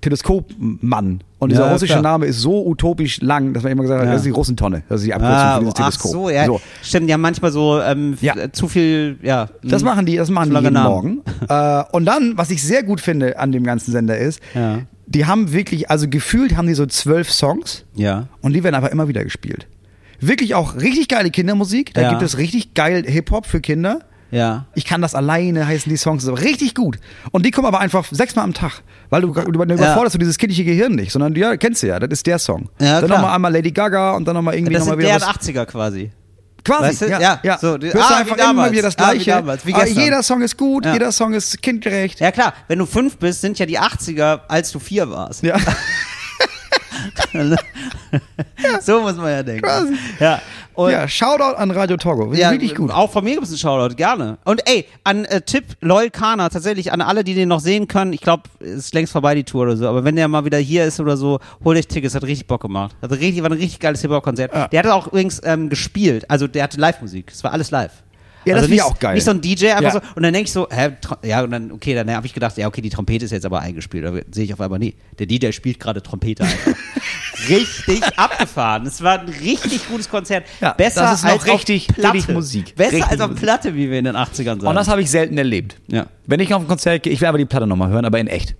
Teleskopmann. Und
Ja,
dieser
ja,
russische
klar.
Name ist so utopisch lang, dass man immer gesagt hat,
Ja.
das ist die Russentonne, das ist die Abkürzung
Ah,
für dieses
ach
Teleskop.
so, ja. Stimmt, ja, manchmal so ähm, f-
Ja.
äh, zu viel, ja. hm.
Das
mh,
machen die, das machen die
lange
jeden
Namen.
Morgen. äh, und dann, was ich sehr gut finde an dem ganzen Sender ist,
Ja.
die haben wirklich, also gefühlt haben die so zwölf Songs
Ja.
und die werden einfach immer wieder gespielt. Wirklich auch richtig geile Kindermusik. Da
Ja.
gibt es richtig geil Hip-Hop für Kinder.
Ja.
Ich kann das alleine, heißen die Songs, ist aber richtig gut. Und die kommen aber einfach sechsmal am Tag, weil du, du überforderst du dieses kindliche Gehirn nicht, sondern ja, kennst du ja, das ist der Song.
Ja,
dann
klar.
nochmal einmal Lady Gaga und dann nochmal irgendwie
Das
nochmal
sind
wieder
deren
was-
80er quasi.
Quasi,
Weißt du?
ja.
Ja,
ja.
so, die-
Hörst du
ah, wie
einfach
damals.
immer wieder das
Ah, wie
Gleiche.
damals, wie
Aber
gestern.
jeder Song ist gut,
Ja.
jeder Song ist kindgerecht.
Ja klar, wenn du fünf bist, sind ja die 80er, als du vier warst.
Ja.
So muss man ja denken. Ja. Und
ja, Shoutout an Radio Togo.
ja,
wirklich gut.
Auch von mir gibt es einen Shoutout, gerne. Und ey, an äh, Tipp Loyal Kana, tatsächlich, an alle, die den noch sehen können. Ich glaube, es ist längst vorbei, die Tour oder so. Aber wenn der mal wieder hier ist oder so, hol euch Tickets, hat richtig Bock gemacht. Hat richtig, war ein richtig geiles Hip-Hop-Konzert. Der hat auch übrigens ähm, gespielt, also der hatte Live-Musik. Es war alles live.
Ja, das
also
finde ich
nicht-
auch geil.
Nicht so ein DJ, einfach
Ja.
so. Und dann denke ich so, hä, Tro- ja, und dann, okay, dann habe ich gedacht, ja, okay, die Trompete ist jetzt aber eingespielt. Aber sehe ich auf einmal, nee, der DJ spielt gerade Trompete einfach. richtig abgefahren. Es war ein richtig gutes Konzert.
Ja,
Besser
das ist noch
als
richtig-
auf Platte.
richtig Musik.
Besser
Richtig
als auf
Musik.
Platte, wie wir in den 80ern sagen.
Und das habe ich selten erlebt.
Ja.
Wenn ich auf ein Konzert gehe, ich will aber die Platte nochmal hören, aber in echt.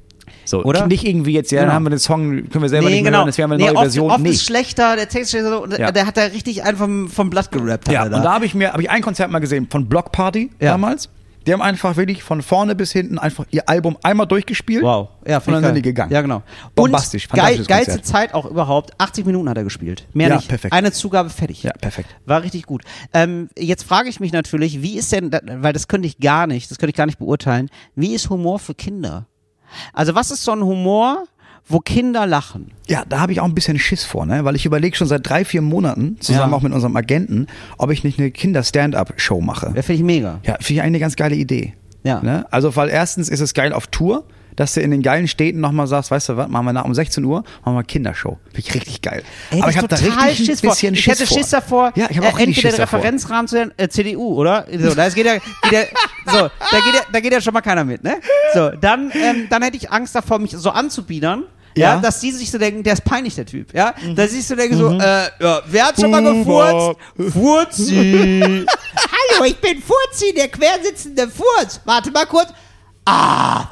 So,
Oder?
Nicht irgendwie jetzt, ja,
Genau.
dann haben wir den Song, können wir selber
nee,
nicht mehr
genau.
hören, jetzt haben wir eine
nee,
neue
oft,
Version.
oft
nee.
ist schlechter, der Text ist schlechter und
Ja.
der hat da richtig einen vom, vom Blatt gerappt.
ja,
hat
Alter.
und da habe ich mir, habe ich ein Konzert mal gesehen von Block Party
Ja.
damals. Die haben einfach wirklich von vorne bis hinten einfach ihr Album einmal durchgespielt.
Wow. Ja,
und
finde ich
dann sind
geil.
die gegangen.
Ja, genau.
Bombastisch,
Und geil,
fantastisches
geilste
Konzert.
Zeit auch überhaupt. 80 Minuten hat er gespielt. Mehr
Ja,
nicht.
perfekt.
Eine Zugabe fertig.
Ja, perfekt.
War richtig gut. Ähm, jetzt frage ich mich natürlich, wie ist denn, da- weil das könnte ich gar nicht, das könnte ich gar nicht beurteilen, wie ist Humor für Kinder? Also was ist so ein Humor, wo Kinder lachen?
Ja, da habe ich auch ein bisschen Schiss vor, ne? weil ich überlege schon seit drei, vier Monaten, zusammen
Ja.
auch mit unserem Agenten, ob ich nicht eine Kinder-Stand-Up-Show mache.
Ja, finde ich mega.
Ja, finde ich eigentlich eine ganz geile Idee.
Ja.
Ne? Also, weil erstens ist es geil auf Tour, dass du in den geilen Städten nochmal sagst, weißt du was, machen wir nach um 16 Uhr, machen wir Kindershow. Finde ich richtig geil.
Ey,
Aber
das
ich habe da
total
richtig
Schiss
ein bisschen
vor. ich
Schiss
hätte
vor.
Schiss davor,
Ja, ich habe auch
äh,
richtig
entweder
Schiss
den
davor.
Referenzrahmen zu der äh, CDU, oder? So, da, ist, geht ja, geht ja, so, da, geht ja, da geht ja schon mal keiner mit, ne? So, dann, ähm, dann hätte ich Angst davor, mich so anzubiedern. Ja,
Ja. Mhm.
dass die sich so denken, der ist peinlich, der Typ, ja? Dass ich so denke, so, äh, ja, wer hat schon mal gefurzt? Furzi. Hallo, ich bin Furzi, der quersitzende Furz. Warte mal kurz. Ah,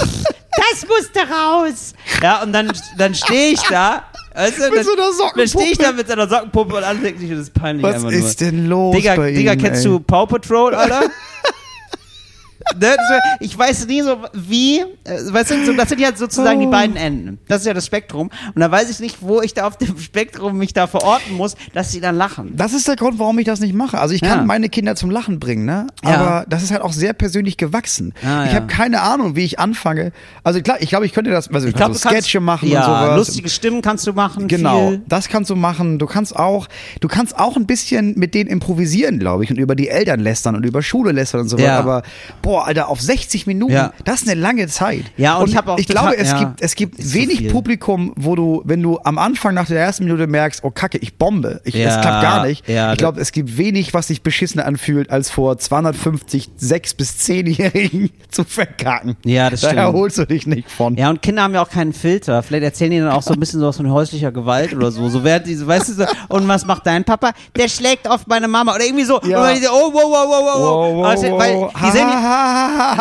das musste raus. Ja, und dann, dann stehe ich da. Weißt du,
Mit
dann-
so einer Sockenpuppe.
Dann stehe ich da mit seiner Sockenpuppe und alle denken sich, das ist peinlich
Was
einfach
ist
nur.
denn los
Digga,
bei
Digga,
Ihnen,
kennst
ey?
du Paw Patrol, Alter? Ne, so, ich weiß nie so, wie, äh, weißt du, so, das sind ja sozusagen die
Oh.
beiden Enden. Das ist ja das Spektrum. Und da weiß ich nicht, wo ich da auf dem Spektrum mich da verorten muss, dass sie dann lachen.
Das ist der Grund, warum ich das nicht mache. Also ich kann
Ja.
meine Kinder zum Lachen bringen, ne?
Ja.
Aber das ist halt auch sehr persönlich gewachsen.
Ah,
ich
ja.
habe keine Ahnung, wie ich anfange. Also klar, ich glaube, ich könnte das, also ich
Ich glaub,
kann so
du kannst-
Sketche machen
ja,
und sowas.
Lustige Stimmen kannst du machen.
Genau,
Viel.
das kannst du machen. Du kannst auch, du kannst auch ein bisschen mit denen improvisieren, glaube ich, und über die Eltern lästern und über Schule lästern und so weiter.
Ja.
Aber boah, Alter, auf 60 Minuten,
Ja.
das ist eine lange Zeit.
Ja, und ich hab auch
ich
total-
glaube, es
ja.
gibt, es gibt
Ist zu
wenig
viel.
Publikum, wo du, wenn du am Anfang nach der ersten Minute merkst, oh Kacke, ich bombe, ich, es
Ja,
klappt gar nicht.
ja,
ich glaube, es gibt wenig, was sich beschissener anfühlt, als vor 250 sechs bis 10-Jährigen zu verkacken.
Ja, das
Da
stimmt.
erholst du dich nicht von.
Ja, und Kinder haben ja auch keinen Filter. Vielleicht erzählen die dann auch so ein bisschen sowas von häuslicher Gewalt oder so. So während diese, weißt du, so, und was macht dein Papa? Der schlägt oft meine Mama oder irgendwie so.
Ja.
Und die so, oh, wow, wow, wow, wow.
Wow, wow,
Also,
wow.
weil die sind ja,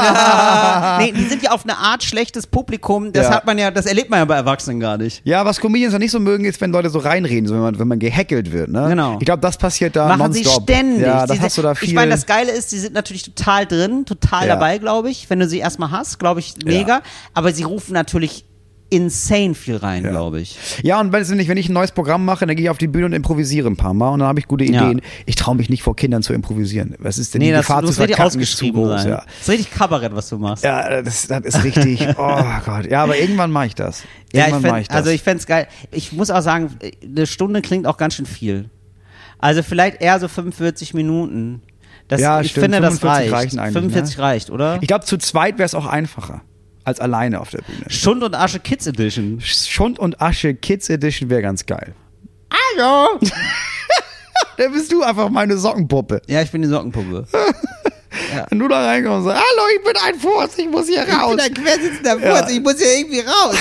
ja,
nee, die sind ja auf eine Art schlechtes Publikum. Das
Ja.
hat man ja, das erlebt man ja bei Erwachsenen gar nicht.
Ja, was Comedians ja nicht so mögen, ist, wenn Leute so reinreden, so wenn man, wenn man gehackelt wird. Ne?
Genau.
Ich glaube, das passiert da
Machen sie
Ah, nonstop.
ständig.
Ja, das
Sie-
hast du da viel.
Ich meine, das Geile ist, sie sind natürlich total drin, total
Ja.
dabei, glaube ich. Wenn du sie erstmal hast, glaube ich, mega. Aber sie rufen natürlich insane viel rein, glaube ich.
ja, und weiß ich nicht, wenn ich ein neues Programm mache, dann gehe ich auf die Bühne und improvisiere ein paar Mal und dann habe ich gute
Ja.
Ideen. Ich traue mich nicht vor Kindern zu improvisieren. Was ist denn
Nee,
die
das
Gefahr zu
muss richtig
verkacken, ist zu
ausgeschrieben
groß,
sein.
ja.
Das ist richtig Kabarett, was du machst.
Ja, das, das ist richtig. Oh Gott. Ja, aber irgendwann mache ich das.
Ja, ich
Irgendwann mache ich
fänd,
das.
also ich fänd's geil. Ich muss auch sagen, eine Stunde klingt auch ganz schön viel. Also vielleicht eher so 45 Minuten. Das,
Ja,
ich
stimmt.
finde, das
45
reicht.
reichen eigentlich, ne?
45 reicht, oder?
ich glaube, zu zweit wäre es auch einfacher als alleine auf der Bühne.
Schund und Asche Kids Edition.
Schund und Asche Kids Edition wäre ganz geil. Hallo! da bist du einfach meine Sockenpuppe.
Ja, ich bin die Sockenpuppe.
Wenn du da reinkommst und sagst, hallo, ich bin ein Furz, ich muss hier raus.
quersitzender
Ja. Furz,
ich muss hier irgendwie raus.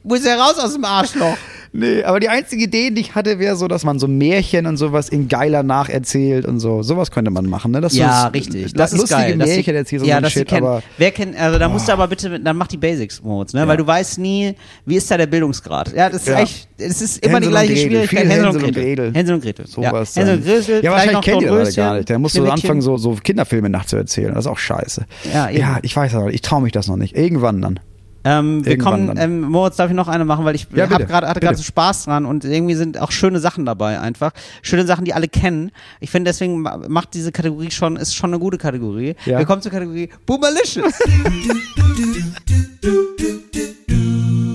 ich muss ja raus aus dem Arschloch.
Nee, aber die einzige Idee, die ich hatte, wäre so, dass man so Märchen und sowas in geiler nacherzählt und so. Sowas könnte man machen, ne? Dass du
Ja,
s-
richtig.
la-
Das ist
lustige
geil. dass sie-
Märchen erzählst und
ja,
so ein
dass sie
Shit,
kennen-
aber Ah.
Wer kennt, also da musst du aber bitte, dann mach die Basics Modes, ne? Weil du weißt nie, wie ist da der Bildungsgrad. Ja, das ist
Ja.
echt, es ist immer die
Hänsel und
gleiche
Gretel,
Schwierigkeit.
viel Hänsel und Gretel.
Hänsel und Gretel. ja.
sowas.
Hänsel und Gretel.
dann- ja,
also vielleicht noch
wahrscheinlich kennt ihr das
Dornröschen,
gar nicht. Da musst du
Schneewittchen.
anfangen, so, so Kinderfilme nachzuerzählen. Das ist auch scheiße.
Ja, eben.
ja ich weiß aber, ich traue mich das noch nicht. Irgendwann dann.
Ähm, wir
Irgendwann
kommen,
dann.
ähm, Moritz, darf ich noch eine machen, weil ich
Ja,
hab
bitte,
grad, hatte
bitte.
gerade so Spaß dran und irgendwie sind auch schöne Sachen dabei einfach. Schöne Sachen, die alle kennen. Ich finde, deswegen ma- macht diese Kategorie schon, ist schon eine gute Kategorie.
Ja.
Wir kommen zur Kategorie Boomalicious.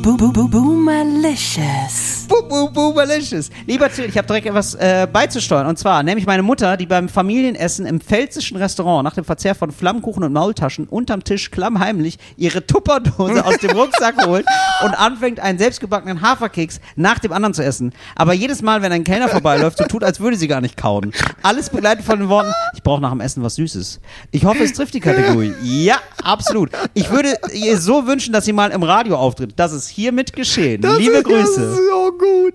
Boo boo boo boomalicious.
Boop, boop, boomalicious. Lieber Till, ich habe direkt etwas äh, beizusteuern. Und zwar nämlich meine Mutter, die beim Familienessen im pfälzischen Restaurant nach dem Verzehr von Flammkuchen und Maultaschen unterm Tisch klammheimlich ihre Tupperdose aus dem Rucksack holt und anfängt, einen selbstgebackenen Haferkeks nach dem anderen zu essen. Aber jedes Mal, wenn ein Kellner vorbeiläuft, so tut, als würde sie gar nicht kauen. Alles begleitet von den Worten, ich brauche nach dem Essen was Süßes. Ich hoffe, es trifft die Kategorie. Ja, absolut. Ich würde ihr so wünschen, dass sie mal im Radio auftritt. Das ist hiermit geschehen. Liebe
ist ja
Grüße.
So gut.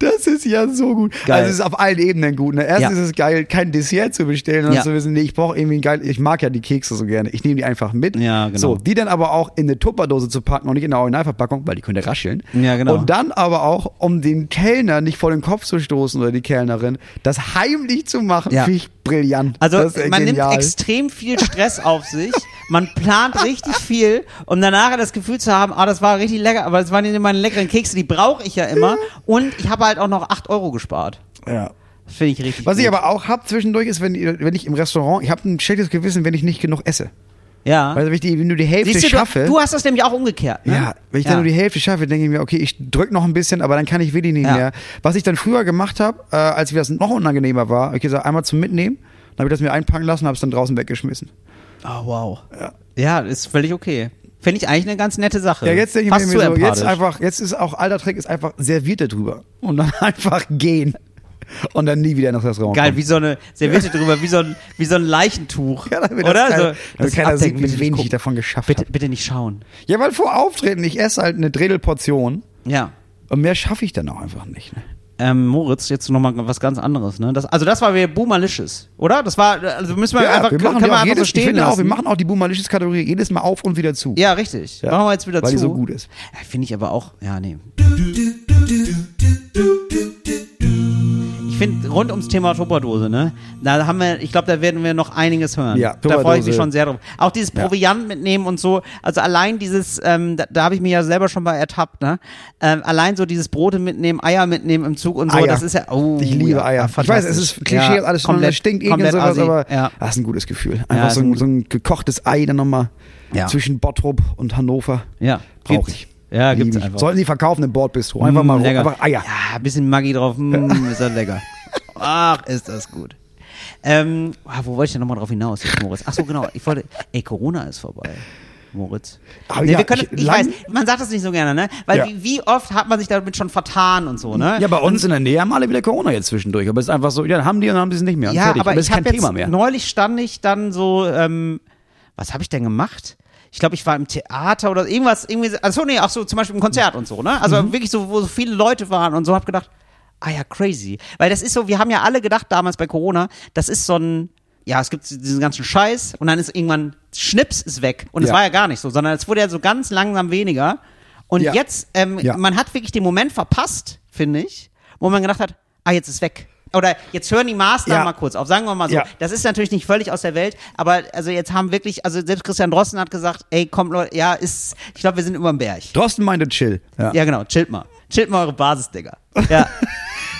Das ist ja so gut.
Geil.
Also es ist auf allen Ebenen gut. Ne? Erstens
Ja.
ist es geil, kein Dessert zu bestellen und
Ja.
zu wissen, nee, ich brauche irgendwie ein geil, ich mag ja die Kekse so gerne. Ich nehme die einfach mit.
Ja, genau.
So, die dann aber auch in eine Tupperdose zu packen und nicht in eine Originalverpackung, weil die könnte rascheln.
Ja, genau.
Und dann aber auch, um den Kellner nicht vor den Kopf zu stoßen oder die Kellnerin, das heimlich zu machen,
Ja.
finde ich brillant.
Also
das ist
man
genial.
nimmt extrem viel Stress auf sich, man plant richtig viel, um danach das Gefühl zu haben, ah, das war richtig lecker, aber das waren ja meine leckeren Kekse, die brauche ich ja immer. Und ich habe halt auch noch 8 Euro gespart.
ja.
Das finde ich richtig
Was
gut.
ich aber auch habe zwischendurch ist, wenn, wenn ich im Restaurant, ich habe ein schlechtes Gewissen, wenn ich nicht genug esse.
ja.
Weil wenn ich die, wenn du die Hälfte
Siehst du,
schaffe.
du, du hast das nämlich auch umgekehrt. Ne?
Ja, wenn ich dann nur die Hälfte schaffe, denke ich mir, okay, ich drück noch ein bisschen, aber dann kann ich wirklich nicht
Ja.
mehr. Was ich dann früher gemacht habe, äh, als mir das noch unangenehmer war, hab ich gesagt, einmal zum Mitnehmen, dann habe ich das mir einpacken lassen und habe es dann draußen weggeschmissen.
Oh, wow. Ja. ist völlig okay. Finde ich eigentlich eine ganz nette Sache.
Ja, jetzt denke ich
Passt
mir,
zu
so, jetzt
empathisch.
einfach, jetzt ist auch alter Trick, ist einfach serviert darüber und dann einfach gehen und dann nie wieder ins Restaurant
Geil,
kommen.
wie so eine Serviette drüber, wie so ein, wie so ein Leichentuch.
Ja, damit das
oder?
keiner-
so,
damit
ich
keiner sieht,
abdenken, bitte
wie
nicht
wenig ich
gucken.
davon geschafft
bitte,
hab.
bitte nicht schauen.
Ja, weil vor Auftreten, ich esse halt eine Dredelportion
Ja.
und mehr schaffe ich dann auch einfach nicht. Ne?
Ähm, Moritz, jetzt nochmal was ganz anderes, ne? Das, also das war wieder Boomerlicious, oder? Das war, also müssen wir einfach,
wir machen
können
die
wir
auch
einfach so
jedes, ich
stehen
finde
lassen.
auch, wir machen auch die Boomerlicious-Kategorie jedes Mal auf und wieder zu.
ja, richtig.
Ja,
Machen wir jetzt wieder
weil
zu.
die so gut ist.
Ja, Finde ich aber auch, ja, nee. Ich finde, rund ums Thema Tupperdose, ne? Da haben wir, ich glaube, da werden wir noch einiges hören.
Ja,
da freue ich mich
Tupperdose.
schon sehr drauf. Auch dieses Proviant mitnehmen und so. Also allein dieses, ähm, da, da habe ich mich ja selber schon mal ertappt, ne? Ähm, allein so dieses Brote mitnehmen, Eier mitnehmen im Zug und so,
Eier.
das ist ja, oh.
Ich liebe
ja,
Eier. Ich weiß, es
fantastisch.
ist Klischee
Ja,
und alles
komplett-
komplett, stinkt
komplett
irgendwas, sowas,
assi,
aber
ja.
das ist ein gutes Gefühl. Einfach
ist
so,
ein
ein, so ein gekochtes Ei dann nochmal
Ja.
zwischen Bottrop und Hannover.
Ja,
Brauche
gibt's.
ich.
Ja,
Lieb
gibt's
ich.
einfach.
Sollten sie verkaufen im Bordbistro. Einfach
Mm,
mal rum,
lecker.
einfach Eier.
Ja, ein bisschen Maggi drauf. Mm, ist das lecker. Ach, ist das gut. Ähm, ah, wo wollte ich denn nochmal drauf hinaus, jetzt, Moritz? Ach so, genau. Ich wollte, ey, Corona ist vorbei. Moritz.
Aber
Nee,
ja,
wir können,
ich-
ich
lang-
weiß, man sagt das nicht so gerne, ne? Weil
Ja.
wie, wie oft hat man sich damit schon vertan und so, ne?
Ja, bei uns in der Nähe haben alle wieder Corona jetzt zwischendurch. Aber es ist einfach so, ja, dann haben die und dann haben sie es nicht mehr. Und
Ja,
fertig.
aber
das
ich
ist kein
hab jetzt,
Thema mehr.
neulich stand ich dann so, ähm, was habe ich denn gemacht? Ich glaube, ich war im Theater oder irgendwas, irgendwie, achso, nee, ach so, zum Beispiel im Konzert und so, ne?
Mhm.
Also wirklich so, wo so viele Leute waren und so, hab gedacht, ah ja, crazy. Weil das ist so, wir haben ja alle gedacht damals bei Corona, das ist so ein, ja, es gibt diesen ganzen Scheiß und dann ist irgendwann, Schnips ist weg. Und es
Ja.
war ja gar nicht so, sondern es wurde ja so ganz langsam weniger. Und
Ja.
jetzt, ähm,
Ja.
man hat wirklich den Moment verpasst, finde ich, wo man gedacht hat, ah, jetzt ist weg. Oder jetzt hören die Maßnahmen
Ja.
mal kurz auf, sagen wir mal so.
Ja.
Das ist natürlich nicht völlig aus der Welt, aber also jetzt haben wirklich, also selbst Christian Drosten hat gesagt, ey, kommt Leute, ja, ist, ich glaube, wir sind über dem Berg.
Drosten meinte chill. Ja.
Ja, genau, chillt mal. Chillt mal eure Basis, Digga. Ja.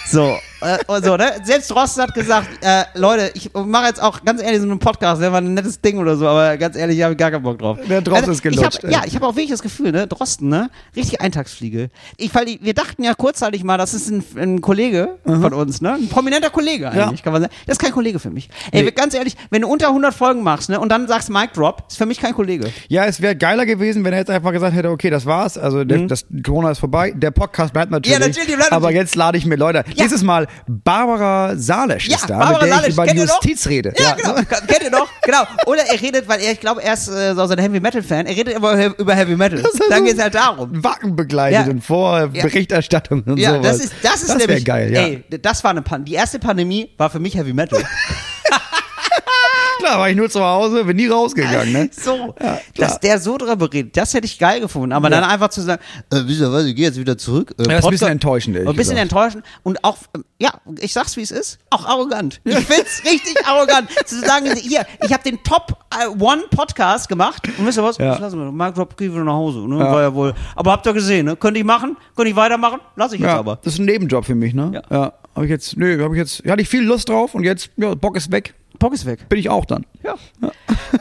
so, äh, und so, ne? Selbst Drosten hat gesagt, äh, Leute, ich mache jetzt auch ganz ehrlich so einen Podcast, der war ein nettes Ding oder so, aber ganz ehrlich, ich habe gar keinen Bock drauf. Also,
Der Drosten ist
Ich
gelutscht,
hab,
ey.
ja, ich habe auch wirklich das Gefühl, ne? Drosten, ne? Richtig Eintagsfliege. Ich, weil wir dachten ja kurzzeitig mal, das ist ein, ein Kollege
Mhm.
von uns, ne? Ein prominenter Kollege eigentlich, kann man sagen. Das ist kein Kollege für mich. Ey, ganz ehrlich, wenn du unter 100 Folgen machst, ne? Und dann sagst Mic Drop, ist für mich kein Kollege.
Ja, es wäre geiler gewesen, wenn er jetzt einfach gesagt hätte, okay, das war's, also der, das Corona ist vorbei, der Podcast bleibt natürlich,
Mhm. natürlich bleibt
aber
natürlich.
jetzt lade ich mir Leute. Nächstes Mal Barbara Salesch
Ja,
ist da,
Barbara
mit der
Salisch,
ich über
kennt ihr noch?
Justiz rede.
Ja, genau. Kennt ihr noch? Genau. Oder er redet, weil er, ich glaube, er ist äh, so so ein Heavy Metal Fan. Er redet immer he- über Heavy Metal.
Das ist
Dann
so
geht es halt darum.
Wacken begleitet
Ja.
und vor Berichterstattung und
Ja,
sowas.
das ist, das ist
das wäre
nämlich,
geil, ja.
ey, das war eine Pan die erste Pandemie war für mich Heavy Metal.
Klar, war ich nur zu Hause, bin nie rausgegangen, ne?
So, dass der so drüber redet, das hätte ich geil gefunden. Aber dann einfach zu sagen, äh, wisst ihr was, ich gehe jetzt wieder zurück. Äh,
Ja, ist ein bisschen
Podcast-
enttäuschend, ehrlich
Ein bisschen
gesagt.
enttäuschend und auch, ähm, ja, ich sag's wie es ist, auch arrogant. Ich find's richtig arrogant, zu sagen, hier, ich habe den Top äh, One Podcast gemacht und wisst ihr was,
Ja.
das lassen wir, Mark Drop geht wieder nach Hause. Ne? War ja wohl, aber habt ihr gesehen, ne? könnte ich machen, könnte ich weitermachen, lasse ich jetzt
Ja,
aber.
das ist ein Nebenjob für mich, ne?
Ja.
Habe ich jetzt, nö, habe ich jetzt, hatte ich viel Lust drauf und jetzt, ja, Bock ist weg,
Bock ist weg.
bin ich auch dann.
Ja.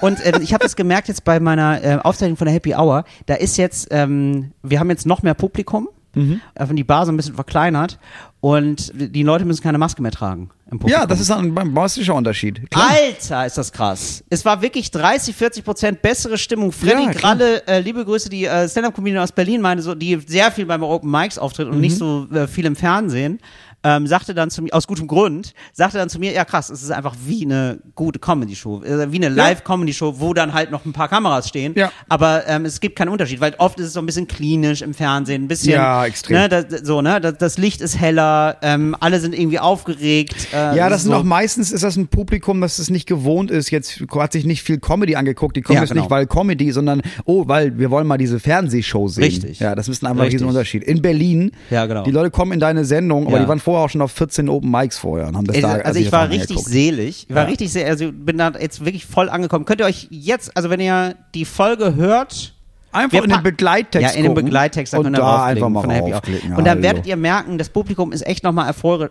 Und ähm, ich habe das gemerkt jetzt bei meiner äh, Aufzeichnung von der Happy Hour, da ist jetzt, ähm, wir haben jetzt noch mehr Publikum,
Mhm.
haben die Bar so ein bisschen verkleinert und die Leute müssen keine Maske mehr tragen im Publikum.
Ja, das ist ein ein maßlicher Unterschied. Klar.
Alter, ist das krass. Es war wirklich 30, 40 Prozent bessere Stimmung. Freddy
Ja, klar.
Gralle, äh, liebe Grüße, die
Mhm.
äh, Stand-Up-Comedian aus Berlin meinte, so, die sehr viel beim Open Mics auftritt und nicht so äh, viel im Fernsehen. ähm, sagte dann zu mir, aus gutem Grund, sagte dann zu mir, ja krass, es ist einfach wie eine gute Comedy-Show, äh, wie eine Live-Comedy-Show, wo dann halt noch ein paar Kameras stehen,
Ja.
aber ähm, es gibt keinen Unterschied, weil oft ist es so ein bisschen klinisch im Fernsehen, ein bisschen,
Ja, extrem.
Ne, das, so, ne, das, das Licht ist heller, ähm, alle sind irgendwie aufgeregt. Äh,
Ja, das
so.
sind auch meistens ist das ein Publikum, das es nicht gewohnt ist. Jetzt hat sich nicht viel Comedy angeguckt. Die kommen
Ja,
jetzt
genau.
nicht, weil Comedy, sondern oh, weil wir wollen mal diese Fernsehshow sehen.
Richtig.
Ja, das ist einfach ein
Richtig.
Riesenunterschied. In Berlin,
Ja, genau.
die Leute kommen in deine Sendung, aber
Ja.
die waren vorher auch schon auf 14 Open Mics vorher und haben das
Ey,
da
also
sich
ich
das
war
mal
richtig
angeguckt.
selig. Ich war richtig sehr, also bin da jetzt wirklich voll angekommen. Könnt ihr euch jetzt, also wenn ihr die Folge hört,
Einfach
Wir
in den
packen-
Begleittext
ja, in dem
gucken
Begleittext, da
und
könnt ihr
da
raufklicken
einfach mal
von Happy Hour.
raufklicken.
Und dann
also.
werdet ihr merken, das Publikum ist echt nochmal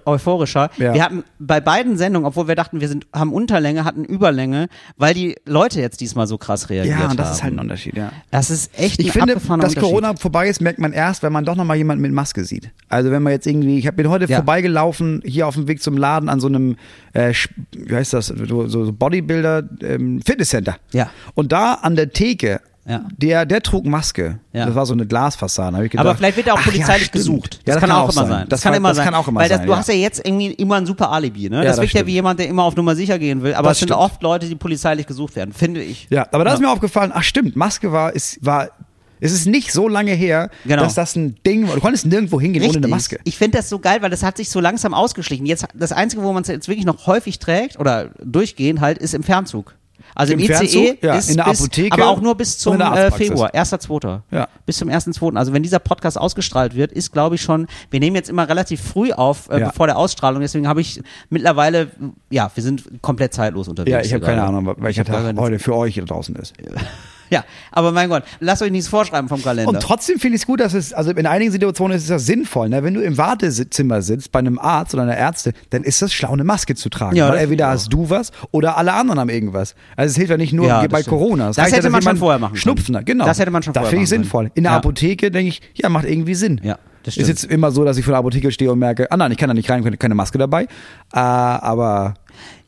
euphorischer.
Ja.
Wir hatten bei beiden Sendungen, obwohl wir dachten, wir sind, haben Unterlänge, hatten Überlänge, weil die Leute jetzt diesmal so krass reagiert
ja,
haben.
und das ist halt ein Unterschied, ja.
Das ist echt
Ich
ein
finde,
abgefahrener
dass
Unterschied.
Corona vorbei ist, merkt man erst, wenn man doch nochmal jemanden mit Maske sieht. Also wenn man jetzt irgendwie, ich hab- bin heute
Ja.
vorbeigelaufen, hier auf dem Weg zum Laden an so einem, äh, Sch- wie heißt das, so, so so Bodybuilder, ähm, Fitnesscenter.
Ja.
Und da an der Theke,
Ja.
der, der trug Maske.
Ja.
Das war so eine Glasfassade. Hab ich gedacht,
Aber vielleicht wird er auch
ach ja,
polizeilich
stimmt.
gesucht.
Ja,
Das, kann, auch immer sein.
Das, kann,
immer
das
sein.
kann auch immer
Weil das,
sein.
du
ja.
hast ja jetzt irgendwie immer ein super Alibi, ne?
Ja,
das,
das
wirkt ja
stimmt.
wie jemand, der immer auf Nummer sicher gehen will. Aber
Das
es sind
stimmt.
oft Leute, die polizeilich gesucht werden, finde ich.
Ja, aber da ist mir aufgefallen, ach stimmt, Maske war, ist, war, es ist nicht so lange her,
Genau.
dass das ein Ding war. Du konntest nirgendwo hingehen ohne eine Maske.
Ich finde das so geil, weil das hat sich so langsam ausgeschlichen. Jetzt das einzige, wo man es jetzt wirklich noch häufig trägt oder durchgehend halt, ist im Fernzug. Also im,
Im
ICE
Fernzug, ja,
ist
in der
bis,
Apotheke
aber auch nur bis
und
zum
in der
äh,
Arztpraxis.
Februar, 1.2.
Ja.
Bis zum 1.2. Also wenn dieser Podcast ausgestrahlt wird, ist glaube ich schon, wir nehmen jetzt immer relativ früh auf, äh,
Ja.
bevor der Ausstrahlung, deswegen habe ich mittlerweile, ja, wir sind komplett zeitlos unterwegs.
Ja, ich habe keine
gerade.
Ahnung, welcher
hab gar
Tag
keine-
heute für euch hier draußen ist.
Ja, aber mein Gott, lasst euch nichts vorschreiben vom Kalender.
Und trotzdem finde ich es gut, dass es, also in einigen Situationen ist es ja sinnvoll, ne? wenn du im Wartezimmer sitzt bei einem Arzt oder einer Ärzte, dann ist das schlau, eine Maske zu tragen.
Ja,
weil
das
entweder
finde ich
hast du was oder alle anderen haben irgendwas. Also es hilft ja nicht nur
Ja, das
bei
stimmt.
Corona. Es
Das hätte
reicht ja, dass
man schon
jemand
vorher machen können.
Schnupfen, hat, genau.
Das hätte man schon
Da
vorher
finde ich
machen
sinnvoll.
können.
In der
Ja.
Apotheke denke ich, ja, macht irgendwie Sinn.
Ja, das stimmt.
Ist jetzt immer so, dass ich vor der Apotheke stehe und merke, ah nein, ich kann da nicht rein, keine Maske dabei. Äh, aber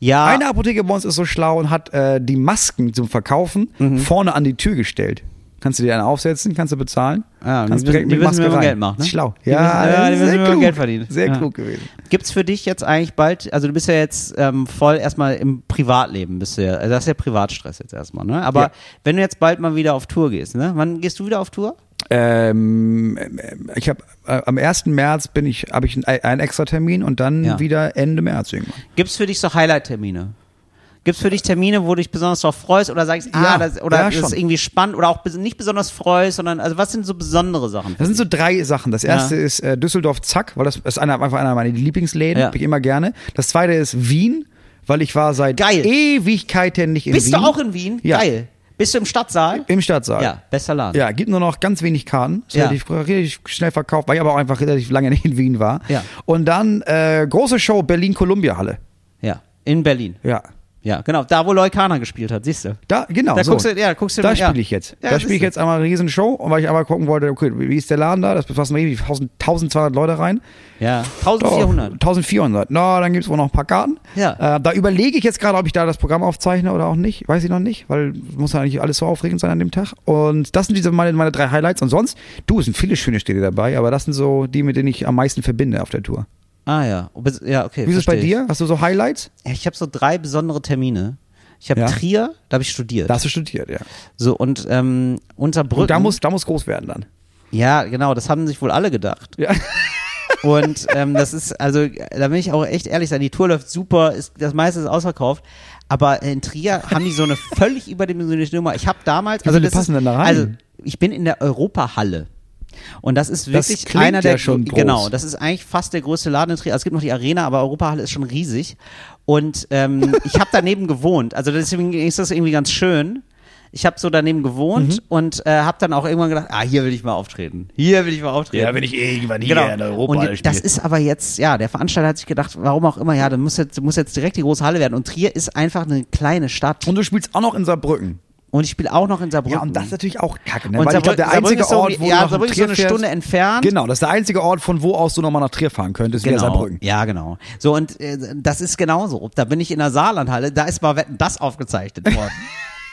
ja,
eine Apotheke bei uns ist so schlau und hat äh, die Masken zum Verkaufen vorne an die Tür gestellt. Kannst du dir eine aufsetzen, kannst du bezahlen.
Ja, die
kannst
wissen- die wissen, wie man Geld macht, ne?
Ist Schlau.
Die wissen- ja, die wissen, wie man Geld verdient.
Sehr
Ja.
klug gewesen.
Gibt's für dich jetzt eigentlich bald, also du bist ja jetzt ähm, voll erstmal im Privatleben bist du ja, also das ist ja Privatstress jetzt erstmal, ne? Aber
Ja.
wenn du jetzt bald mal wieder auf Tour gehst, ne? Wann gehst du wieder auf Tour?
Ähm, ähm, ich habe äh, am 1. März bin ich, habe ich einen, einen extra Termin und dann
Ja.
wieder Ende März irgendwann.
Gibt's für dich so Highlight-Termine? Gibt's für dich Termine, wo du dich besonders drauf freust oder sagst, ah,
Ja,
das, oder
ja,
das ist
schon.
irgendwie spannend oder auch bes- nicht besonders freust, sondern, also was sind so besondere Sachen?
Das sind so drei Sachen. Das erste ist äh, Düsseldorf Zack, weil das ist einer, einfach einer meiner Lieblingsläden,
Ja.
hab ich immer gerne. Das zweite ist Wien, weil ich war seit
Geil.
Ewigkeiten nicht in
Bist
Wien.
du auch in Wien?
Ja.
Geil. Bist du im Stadtsaal?
Im Stadtsaal.
ja, bester Laden.
Ja, gibt nur noch ganz wenig Karten. Ist
Ja.
relativ, relativ schnell verkauft, weil ich aber auch einfach relativ lange nicht in Wien war.
Ja.
Und dann äh, große Show Berlin-Columbia-Halle.
Ja. In Berlin.
Ja.
Ja, genau. Da, wo Leukana gespielt hat, siehst du.
Da, genau.
Da
so.
guckst du- ja, guckst du-
da
ja.
spiele ich jetzt.
Ja,
da spiele ich
siehste.
jetzt einmal eine riesen Show, und weil ich einmal gucken wollte, okay, wie ist der Laden da? Das befassen wir irgendwie 1000 1200 Leute rein.
Ja.
Doch,
1400.
1400. Na, dann gibt's wohl noch ein paar Karten.
Ja.
Äh, da überlege ich jetzt gerade, ob ich da das Programm aufzeichne oder auch nicht. Weiß ich noch nicht, weil muss ja eigentlich alles so aufregend sein an dem Tag. Und das sind diese meine, meine drei Highlights. Und sonst, du, es sind viele schöne Städte dabei, aber das sind so die, mit denen ich am meisten verbinde auf der Tour.
Ah ja, Oh, bis- ja okay.
Wie ist es bei
verstehe
dir? Hast du so Highlights?
Ich, Ja, ich habe so drei besondere Termine. Ich habe
Ja.
Trier, da habe ich studiert.
Da hast du studiert, ja.
So und ähm, Unterbrücken.
Und da muss, da muss groß werden dann.
ja, genau, das haben sich wohl alle gedacht.
Ja.
Und ähm, das ist also, da will ich auch echt ehrlich sein. Die Tour läuft super, ist das meiste ist ausverkauft. Aber in Trier haben die so eine völlig überdimensionierte Nummer. Ich habe damals,
Wie
also
viele
das
passen
ist,
denn da rein?
also ich bin in der Europahalle. Und das ist
Das
wirklich
klingt
einer
ja
der
schon groß.
genau, das ist eigentlich fast der größte Laden in Trier. Also es gibt noch die Arena, aber Europahalle ist schon riesig. Und ähm, ich habe daneben gewohnt. Also deswegen ist das irgendwie ganz schön. Ich habe so daneben gewohnt
Mhm.
und äh, habe dann auch irgendwann gedacht, ah, hier will ich mal auftreten. Hier will ich mal auftreten.
wenn ich irgendwann
Genau. Und die- das ist aber jetzt, ja, der Veranstalter hat sich gedacht, warum auch immer, ja, dann muss jetzt, muss jetzt direkt die große Halle werden. Und Trier ist einfach eine kleine Stadt.
Und du spielst auch noch in Saarbrücken.
Und ich spiele auch noch in Saarbrücken.
Ja, und das ist natürlich auch kacke, ne?
Und
Weil ich glaube,
Saarbrücken-
der
Saarbrücken
einzige
ist so,
Ort, wo
ja,
du nach
Saarbrücken ist so
Trier
eine
fährst-
Stunde entfernt.
Genau, das ist der einzige Ort, von wo aus du nochmal nach Trier fahren könntest, wäre Saarbrücken.
Ja, genau. So, und äh, das ist genauso. Da bin ich in der Saarlandhalle, da ist mal Wetten, das aufgezeichnet worden.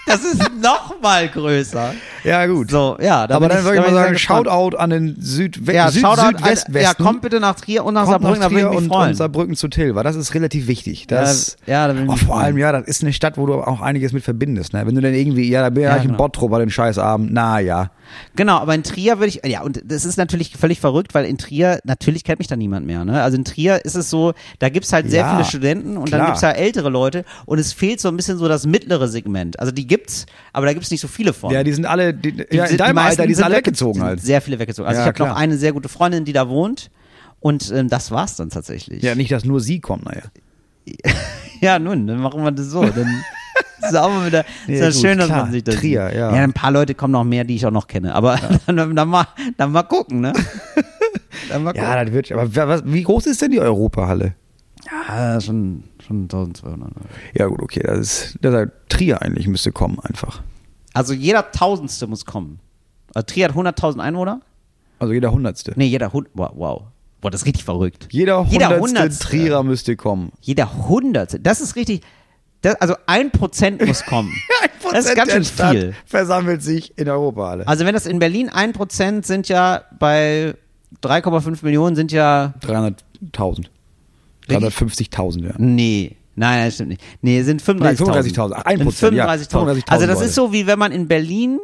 Das ist noch mal größer.
Ja, gut.
So, ja. da
Aber
bin
dann würde ich
da
mal
bin
sagen,
sehr gespannt.
Shoutout an den Südwe
Ja,
Süd
Shoutout an-
Südwestwesten.
Ja, kommt bitte nach Trier und nach
Kommt
Saarbrücken, da
nach
würde ich
Trier
mich
und,
freuen.
und Saarbrücken zu Till, weil das ist relativ wichtig. Das,
Ja, ja, da bin ich
oh,
mich
vor
freuen.
allem, ja, das ist eine Stadt, wo du auch einiges mit verbindest. Ne? Wenn du dann irgendwie, ja, da bin ja,
Ja,
ich in
genau.
Bottrop bei dem Scheißabend. Na ja.
Genau, aber in Trier würde ich, ja, und das ist natürlich völlig verrückt, weil in Trier, natürlich kennt mich da niemand mehr, ne? Also in Trier ist es so, da gibt's halt sehr
Ja,
viele Studenten und
klar.
dann gibt's da ältere Leute und es fehlt so ein bisschen so das mittlere Segment. Also die gibt's, aber da gibt's nicht so viele von.
Ja, die sind alle, die,
Die
ja, in
sind- die
deinem
meisten
Alter, die sind alle
weg-
weggezogen
sind
halt.
Sehr viele weggezogen. Also
Ja,
ich habe noch
klar.
eine sehr gute Freundin, die da wohnt und ähm, das war's dann tatsächlich.
Ja, nicht, dass nur sie kommt, naja.
Ja, nun, dann machen wir das so. Dann ist es auch mal wieder ist
Ja,
das
gut,
schön, dass
klar.
man sich das.
Trier,
ja,
ja.
ein paar Leute kommen noch mehr, die ich auch noch kenne. Aber dann, dann, mal, dann mal gucken, ne? Dann mal
Ja, das wird, aber wer- was, wie groß ist denn die Europahalle?
Ja, schon, schon 1200.
Ja, gut, okay, das ist, das ist halt Trier eigentlich müsste kommen einfach.
Also jeder Tausendste muss kommen. Also Trier hat 100.000 Einwohner?
Also jeder Hundertste.
Nee, jeder Hund. Wow, wow. Boah, das ist richtig verrückt.
Jeder
Jeder
Hundertste,
Hundertste.
Trierer müsste kommen.
Jeder Hundertste. Das ist richtig. Das, also ein Prozent muss kommen. das ist ganz
der
schön
Stadt
viel.
versammelt sich in Europahalle.
Also wenn das in Berlin 1% sind ja bei 3,5 Millionen sind ja.
300.000. 350.000, ja.
Nee. Nein, das stimmt nicht. Nee, sind 35.000.
35.000. Ach, 1%,
Sind
ja.
35.000.
35.000
Also das
Leute.
ist so, wie wenn man in Berlin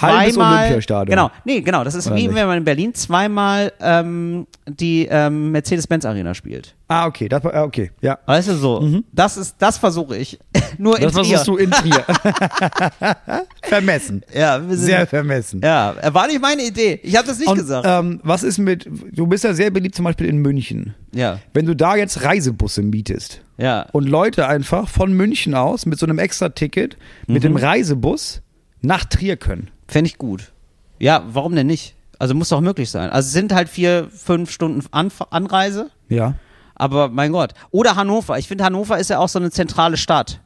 Halbes
zweimal.
Olympiastadion.
Genau, nee, genau. Das ist
Oder
wie
nicht?
wenn man in Berlin zweimal ähm, die ähm, Mercedes-Benz Arena spielt.
Ah, okay, das, war- ah, okay, ja.
Weißt du so? Das ist, das versuche ich. Nur in
Mhm. Das
Trier.
versuchst du in Trier. vermessen.
Ja, wir sind,
Sehr vermessen.
ja, äh, war nicht meine Idee. Ich habe das nicht
Und,
gesagt.
Ähm, was ist mit, du bist ja sehr beliebt zum Beispiel in München.
Ja.
Wenn du da jetzt Reisebusse mietest
Ja.
und Leute einfach von München aus mit so einem Extra-Ticket
Mhm.
mit dem Reisebus nach Trier können.
Fände ich gut. Ja, warum denn nicht? Also muss doch möglich sein. Also es sind halt vier, fünf Stunden Anf Anreise,
Ja.
aber mein Gott. Oder Hannover. Ich finde, Hannover ist ja auch so eine zentrale Stadt.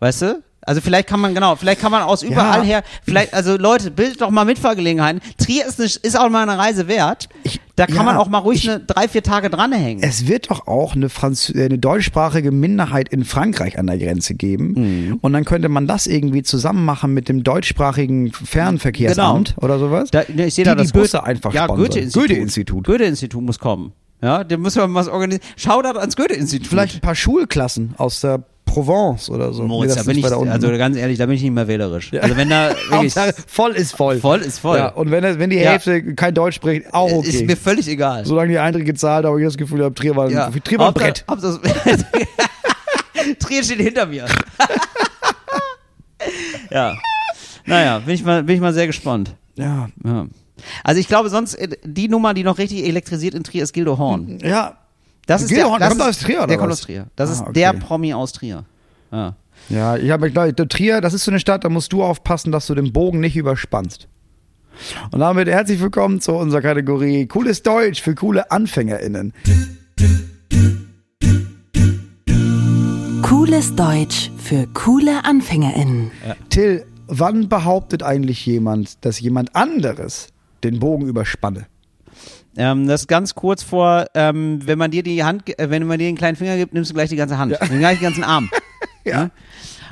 Weißt du? Also vielleicht kann man, genau, vielleicht kann man aus überall
Ja.
her, vielleicht, also Leute, bildet doch mal Mitfahrgelegenheiten. Trier ist, eine, ist auch mal eine Reise wert.
Ich-
da kann
ja,
man auch mal ruhig
ich-
eine, drei, vier Tage dranhängen.
Es wird doch auch eine, Franz äh, eine deutschsprachige Minderheit in Frankreich an der Grenze
Mhm.
geben. Und dann könnte man das irgendwie zusammen machen mit dem deutschsprachigen Fernverkehrsamt oder sowas.
Da, ne, ich sehe
die
da das
die Busse
Goethe-
einfach
ja,
sponsern.
Goethe-Institut.
Goethe-Institut.
Goethe-Institut muss kommen. Ja, dem müssen wir mal was organisieren. Shoutout ans Goethe-Institut.
Vielleicht ein paar Schulklassen aus der Provence oder so.
Moritz,
Nee,
da
das
bin
ist
ich,
weiter unten.
also ganz ehrlich, da bin ich nicht mehr wählerisch. Also wenn da wirklich,
Hauptsache, voll ist voll.
Voll ist voll.
Ja, und wenn, das- wenn die
Ja. Äh,
Hälfte kein Deutsch spricht, auch okay.
ist mir völlig egal.
Solange die Einträge gezahlt, habe ich das Gefühl, habe Trier war, ein-
ja.
Trier war ein
Hauptsache-
Brett.
Hauptsache- Trier steht hinter mir. ja. Naja, bin ich mal, bin ich mal sehr gespannt.
Ja.
Ja. Also ich glaube sonst, äh, die Nummer, die noch richtig elektrisiert in Trier ist Gildo Horn.
Ja.
Das ist
Gildo
der,
Horn,
das
kommt
ist,
aus Trier, oder
Der kommt
was?
aus Trier. Das
Ah,
ist
okay.
der Promi aus Trier. Ja.
Ja, ich habe gleich, Trier, das ist so eine Stadt, da musst du aufpassen, dass du den Bogen nicht überspannst. Und damit herzlich willkommen zu unserer Kategorie Cooles Deutsch für coole AnfängerInnen.
Cooles Deutsch für coole AnfängerInnen.
Till, wann behauptet eigentlich jemand, dass jemand anderes den Bogen überspanne?
Ähm, das ist ganz kurz vor, ähm, wenn man dir die Hand, ge- äh, wenn man dir den kleinen Finger gibt, nimmst du gleich die ganze Hand, den gleich den ganzen Arm.
Ja.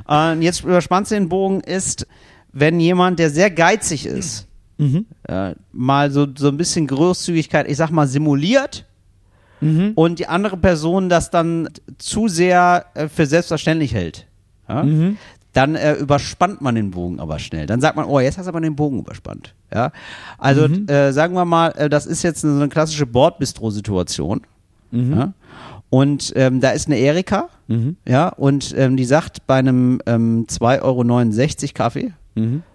Ja? Und jetzt überspannst du den Bogen ist, wenn jemand, der sehr geizig ist,
Mhm.
äh, mal so, so ein bisschen Großzügigkeit, ich sag mal, simuliert und die andere Person das dann zu sehr äh, für selbstverständlich hält. Ja? Dann äh, überspannt man den Bogen aber schnell. Dann sagt man, oh, jetzt hast du aber den Bogen überspannt. Ja? Also äh, sagen wir mal, äh, das ist jetzt so eine klassische Bordbistro-Situation. Ja? Und ähm, da ist eine Erika, ja, und ähm, die sagt bei einem ähm, 2,69 Euro Kaffee,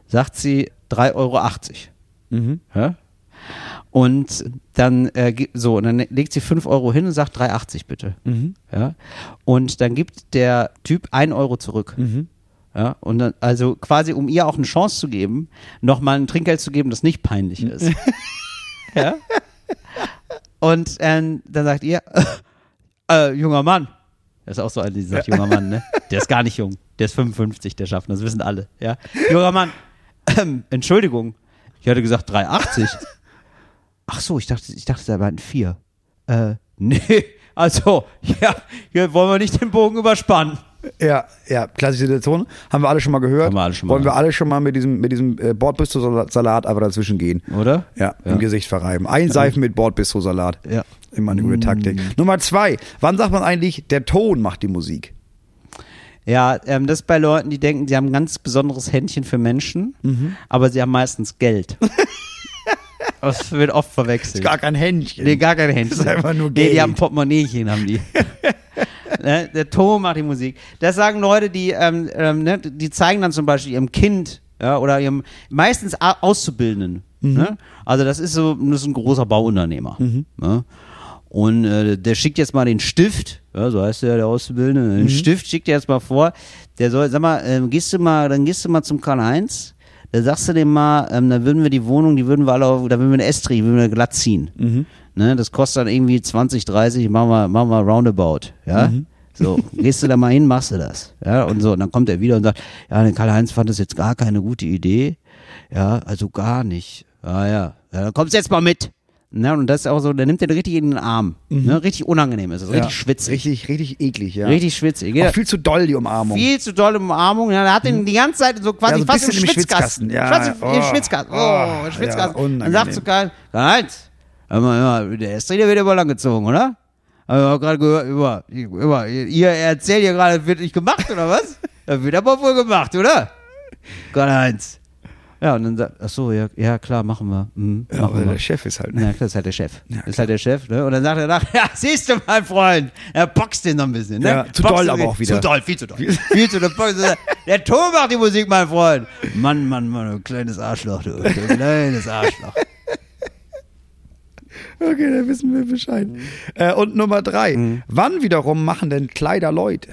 sagt sie 3,80 Euro. Ja? Und dann äh, gi- so, und dann legt sie 5 Euro hin und sagt 3,80 bitte. Ja? Und dann gibt der Typ 1 Euro zurück. Ja? Und dann, also quasi, um ihr auch eine Chance zu geben, nochmal ein Trinkgeld zu geben, das nicht peinlich ist. ja? Und ähm, dann sagt ihr, äh, junger Mann. Das ist auch so ein, die sagt junger Mann, ne? Der ist gar nicht jung. Der ist 55, der Schaffner, das wissen alle, ja? Junger Mann, ähm, Entschuldigung, ich hatte gesagt 380. Ach so, ich dachte, ich dachte, da waren vier. Äh, nee, also, ja, hier wollen wir nicht den Bogen überspannen.
Ja, ja, klassische Situation. Haben wir alle schon mal gehört.
Haben wir alle schon mal
Wollen wir
gehört.
alle schon mal mit diesem, mit diesem äh, Bordbistro-Salat aber dazwischen gehen.
Oder?
Ja, im Gesicht verreiben. Einseifen mit Bordbistro-Salat.
Ja. Mm.
Immer eine gute Taktik. Nummer zwei. Wann sagt man eigentlich, der Ton macht die Musik?
Ja, ähm, das ist bei Leuten, die denken, sie haben ein ganz besonderes Händchen für Menschen, aber sie haben meistens Geld. das wird oft verwechselt.
kein Händchen.
Nee, gar kein Händchen.
Das ist einfach nur
Nee,
Geld.
die haben Portemonnaiechen, haben die. ne? Der Ton macht die Musik. Das sagen Leute, die, ähm, ähm, ne? die zeigen dann zum Beispiel ihrem Kind ja, oder ihrem meistens A Auszubildenden.
Mhm.
Ne? Also das ist so das ist ein großer Bauunternehmer. Ne? Und äh, der schickt jetzt mal den Stift, ja, so heißt der, der Auszubildende,
Mhm.
den Stift schickt er jetzt mal vor. Der soll, sag mal, ähm, gehst du mal, dann gehst du mal zum Karl-Heinz, dann sagst du dem mal, ähm, dann würden wir die Wohnung, die würden wir alle, auf, da würden wir eine Estrich, würden wir glatt ziehen.
Mhm.
Ne, das kostet dann irgendwie 20, 30, machen wir, machen wir roundabout, ja.
Mhm.
So, gehst du da mal hin, machst du das. Ja, und so, und dann kommt er wieder und sagt, ja, der Karl-Heinz fand das jetzt gar keine gute Idee. Ja, also gar nicht. Ah ja, ja dann kommst du jetzt mal mit. Ne, und das ist auch so, der nimmt den richtig in den Arm. Ne, richtig unangenehm ist das, richtig schwitzig.
Mhm. Richtig, richtig eklig, ja.
Richtig schwitzig.
Auch
Ja.
viel zu doll, die Umarmung. Mhm.
Viel zu dolle Umarmung. Ja, er hat ihn die ganze Zeit so quasi
Ja, so ein
fast im
bisschen im
Schwitzkasten.
Schwitzkasten, ja.
Fast im- Im
Oh.
Schwitzkasten. Oh,
Oh,
Schwitzkasten.
ja,
Dann sagt zu
unangenehm.
Karl, Karl-Heinz, hör mal, hör mal, der Estrella wird über lang gezogen, oder? Hab ich auch gerade gehört, über, über, ihr erzählt ja gerade, das wird nicht gemacht, oder was? Das wird aber wohl gemacht, oder? Karl-Heinz. Ja, und dann sagt, ach so, ja, ja klar, machen wir. Mhm,
Ja,
machen
aber
wir.
der Chef ist halt, ne?
Ja, klar, ist halt der Chef.
Ja,
ist halt der Chef, ne? Und dann sagt er nach, ja, siehst du, mein Freund, er boxt den noch ein bisschen, ne?
Ja, zu
Boxt
doll
den-
aber auch wieder.
Zu doll, viel zu doll. viel zu doll. Boxt den- Der Ton macht die Musik, mein Freund. Mann, Mann, Mann, du kleines Arschloch, du. Du kleines Arschloch.
Okay, da wissen wir Bescheid.
Mm.
Äh, und Nummer drei. Wann wiederum machen denn Kleider Leute?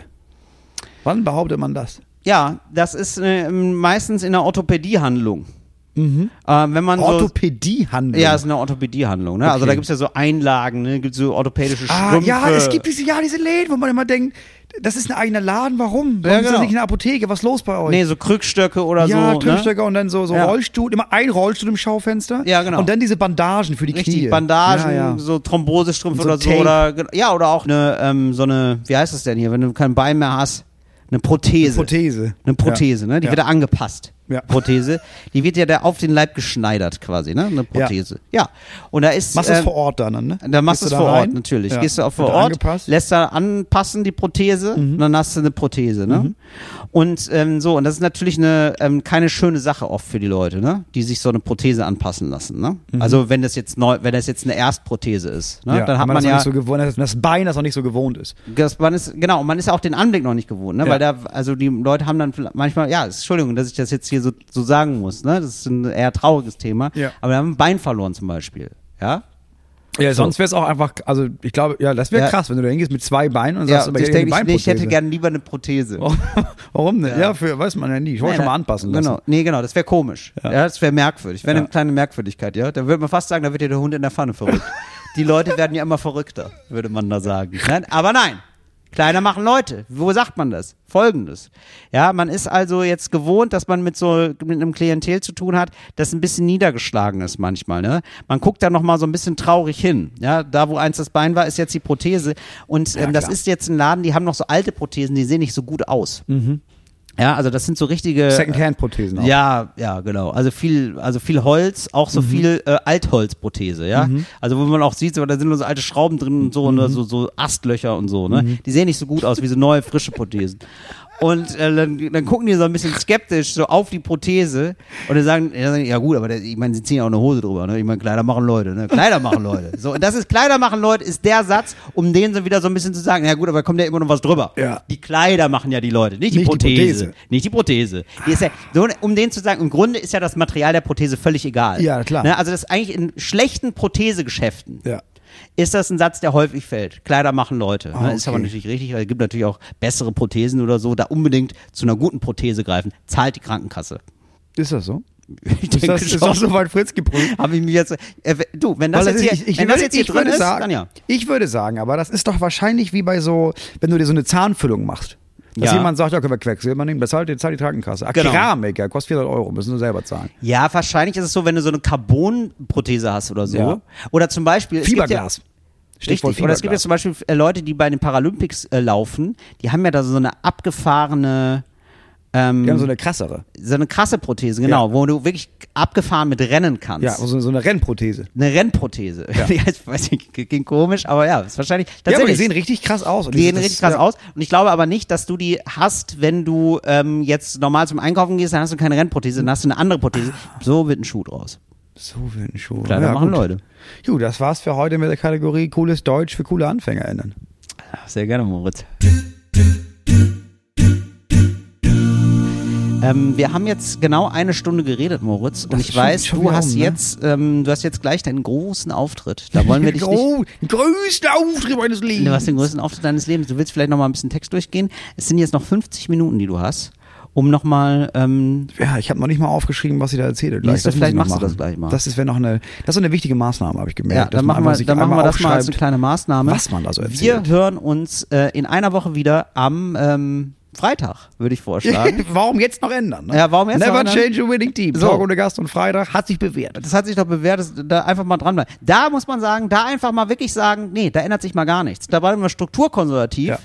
Wann behauptet man das?
Ja, das ist äh, meistens in der Orthopädiehandlung.
Mhm.
Ähm, wenn man so,
Orthopädiehandel.
ja, ist eine Orthopädiehandlung, ne? Also
Okay.
da gibt's ja so Einlagen, ne? Gibt's so orthopädische
ah,
Strümpfe.
ja, es gibt diese, ja, diese Läden, wo man immer denkt, das ist ein eigener Laden, warum? Warum
Ja,
ist
genau.
das nicht eine Apotheke? Was ist los bei euch?
Nee, so Krückstöcke oder
ja,
so. ne?
Türstöcker und dann so, so
Ja.
Rollstuhl, immer ein Rollstuhl im Schaufenster.
Ja, genau.
Und dann diese Bandagen für die
Richtig,
Knie.
Bandagen,
Ja, ja.
so Thrombosestrümpfe
Und so
oder so.
Tape.
Oder, ge- ja, oder auch eine, ähm, so eine, wie heißt das denn hier, wenn du kein Bein mehr hast? Eine Prothese.
Prothese.
Eine Prothese,
ja.
ne? Die
ja.
wird ja angepasst.
Ja.
Prothese. Die wird ja da auf den Leib geschneidert quasi, ne? Eine Prothese. Ja. Und da ist.
Machst du es
ähm,
vor Ort dann, ne?
da machst du
Gehst
es
da
vor
rein?
Ort, natürlich.
Ja.
Gehst du auch vor
Wird
Ort, ne?
angepasst? Mhm.
lässt da anpassen die Prothese und dann hast du eine Prothese, ne? Und ähm, so, und das ist natürlich eine, ähm, keine schöne Sache oft für die Leute, ne? Die sich so eine Prothese anpassen lassen, ne? Also wenn das jetzt neu, wenn das jetzt eine Erstprothese ist, ne?
Mhm. Ja,
dann hat
wenn
man,
das noch
ja
nicht so gewohnt, das- das Bein, das noch nicht so gewohnt ist.
das, man ist, genau, und man ist ja auch den Anblick noch nicht gewohnt, ne?
Ja.
Weil da, also die Leute haben dann vielleicht manchmal, ja, es- Entschuldigung, dass ich das jetzt hier so, so sagen muss, ne? Das ist ein eher trauriges Thema.
Ja.
Aber wir haben ein Bein verloren zum Beispiel. Ja?
Ja, sonst wäre es auch einfach, also ich glaube, ja, das wäre
Ja.
krass, wenn du da hingehst mit zwei Beinen und sagst,
ja,
aber
ich
ich hätte
denke, ich,
eine
nee, ich hätte
Beinprothese. Oh.
gerne lieber eine Prothese.
Warum denn? Ja, für, weiß man ja nie. Ich wollte schon
Nein,
mal
nein.
anpassen lassen.
Genau, nee, genau, das wäre komisch. Ja, das wäre merkwürdig. Wäre eine kleine Merkwürdigkeit, ja. Da würde man fast sagen, da wird ja der Hund in der Pfanne verrückt. Die Leute werden ja immer verrückter, würde man da sagen. Nein, aber nein. Kleiner machen Leute. Wo sagt man das? Folgendes. Ja, man ist also jetzt gewohnt, dass man mit so mit einem Klientel zu tun hat, das ein bisschen niedergeschlagen ist manchmal. Ne? Man guckt da noch mal so ein bisschen traurig hin. Ja, da wo einst das Bein war, ist jetzt die Prothese. Und ähm, das
klar.
ist jetzt ein Laden, die haben noch so alte Prothesen, die sehen nicht so gut aus. Ja, also das sind so richtige äh,
Secondhand-Prothesen auch.
ja, ja, genau. Also viel, also viel Holz, auch so viel äh, Altholzprothese, ja. Also wo man auch sieht, so, da sind nur so alte Schrauben drin und so und so, so Astlöcher und so, ne? Die sehen nicht so gut aus wie so neue, frische Prothesen. Und äh, dann, dann gucken die so ein bisschen skeptisch so auf die Prothese und dann sagen, ja, sagen die, ja gut, aber der, ich meine, sie ziehen ja auch eine Hose drüber, ne? Ich meine, Kleider machen Leute, ne? Kleider machen Leute. So, und das ist Kleider machen Leute, ist der Satz, um denen so wieder so ein bisschen zu sagen, ja gut, aber kommt ja immer noch was drüber.
Ja.
Die Kleider machen ja die Leute, nicht die,
Nicht die
Prothese.
Prothese.
Nicht die Prothese. Die ist ja,
Ah.
so, um den zu sagen, im Grunde ist ja das Material der Prothese völlig egal.
Ja, klar.
Ne, also das ist eigentlich in schlechten Prothesegeschäften
Ja.
ist das ein Satz, der häufig fällt. Kleider machen Leute.
Ah,
ne? Ist
okay.
aber natürlich richtig, weil es gibt natürlich auch bessere Prothesen oder so. Da unbedingt zu einer guten Prothese greifen, zahlt die Krankenkasse.
Ist das so?
Ich
Ist das, ist das soweit Fritz geprüft?
Habe ich mir jetzt. Äh, du, wenn das
Weil
jetzt
ist-
hier, wenn das jetzt hier drin ist,
sagen,
dann ja.
Ich würde sagen, aber das ist doch wahrscheinlich wie bei so, wenn du dir so eine Zahnfüllung machst. Dass
Ja.
jemand sagt, ja, können wir Quecksilber nehmen, bezahlt die, zahlt die Krankenkasse. Ach,
Genau.
Keramik, ja, kostet 400 Euro, müssen wir selber zahlen.
Ja, wahrscheinlich ist es so, wenn du so eine Carbon-Prothese hast oder so.
Ja.
Oder zum Beispiel. es gibt
Fiberglas.
Ja,
Stichwort
Richtig. Oder es gibt jetzt
Fiberglas.
zum Beispiel äh, Leute, die bei den Paralympics äh, laufen, die haben ja da so eine abgefahrene, ähm,
Die haben
so,
so
eine
eine krassere.
krasse Prothese, genau, wo du wirklich abgefahren mit rennen kannst.
Ja, also so, so eine Rennprothese.
eine Rennprothese. Ja. ich weiß nicht, ging komisch, aber ja, ist wahrscheinlich.
Ja, aber die
Tatsächlich,
sehen richtig krass aus. Und
die sehen
das-
richtig krass
ja.
aus. Und ich glaube aber nicht, dass du die hast, wenn du ähm, jetzt normal zum Einkaufen gehst, dann hast du keine Rennprothese, dann hast du eine andere Prothese.
Ah.
So wird ein Schuh draus.
So werden schon.
Klar, da machen Leute.
Ju, das war's für heute mit der Kategorie Cooles Deutsch für coole AnfängerInnen.
Sehr gerne, Moritz. Ähm, wir haben jetzt genau eine Stunde geredet, Moritz. Und
Das
ich
ist schon-
weiß,
schon
du
wieder
hast
um, ne?
jetzt, ähm, du hast jetzt gleich deinen großen Auftritt. Da wollen wir dich nicht. Ne,
Oh, größter Auftritt meines Lebens.
Du hast den größten Auftritt deines Lebens. Du willst vielleicht noch mal ein bisschen Text durchgehen. Es sind jetzt noch 50 Minuten, die du hast, um noch mal. Ähm,
Ja, ich habe noch nicht mal aufgeschrieben, was sie da erzählt.
Siehst du, vielleicht machst du das gleich mal.
Das ist wäre noch eine, das ist eine wichtige Maßnahme, habe ich gemerkt.
ja,
dass
dann
man
machen
einfach
wir,
sich
dann machen
einmal
wir das mal als eine
aufschreibt.
kleine Maßnahme.
was man da so
wir
erzählt.
hören uns äh, in einer Woche wieder am ähm, Freitag, würde ich vorschlagen.
warum jetzt noch ändern? Ne?
Ja, warum jetzt
Never
noch ändern?
change a winning team.
So.
Talk ohne Gast und Freitag hat sich bewährt.
Das hat sich doch bewährt, dass- da einfach mal dranbleiben. Da muss man sagen, da einfach mal wirklich sagen, nee, da ändert sich mal gar nichts. Da bleiben wir strukturkonservativ. Ja,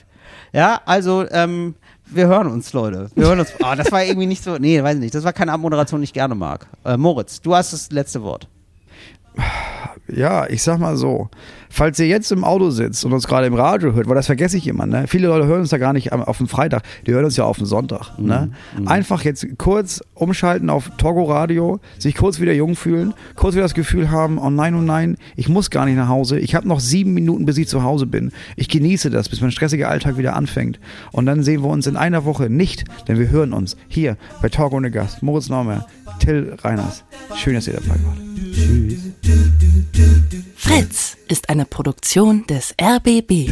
Ja.
also, ähm, wir hören uns, Leute. Wir hören uns. Ah, das war irgendwie nicht so, nee, weiß nicht. Das war keine Abmoderation, die ich gerne mag. Äh, Moritz, du hast das letzte Wort.
ja, ich sag mal so, falls ihr jetzt im Auto sitzt und uns gerade im Radio hört, weil das vergesse ich immer, ne? Viele Leute hören uns da gar nicht am- auf dem Freitag, die hören uns ja auf dem Sonntag, ne? Einfach jetzt kurz umschalten auf Togo Radio, sich kurz wieder jung fühlen, kurz wieder das Gefühl haben, oh nein, oh nein, ich muss gar nicht nach Hause, ich habe noch sieben Minuten, bis ich zu Hause bin. Ich genieße das, bis mein stressiger Alltag wieder anfängt. Und dann sehen wir uns in einer Woche nicht, denn wir hören uns hier bei Talk ohne Gast. Moritz Naumer, Till Reiners. Schön, dass ihr dabei wart.
Fritz ist eine Produktion des RBB.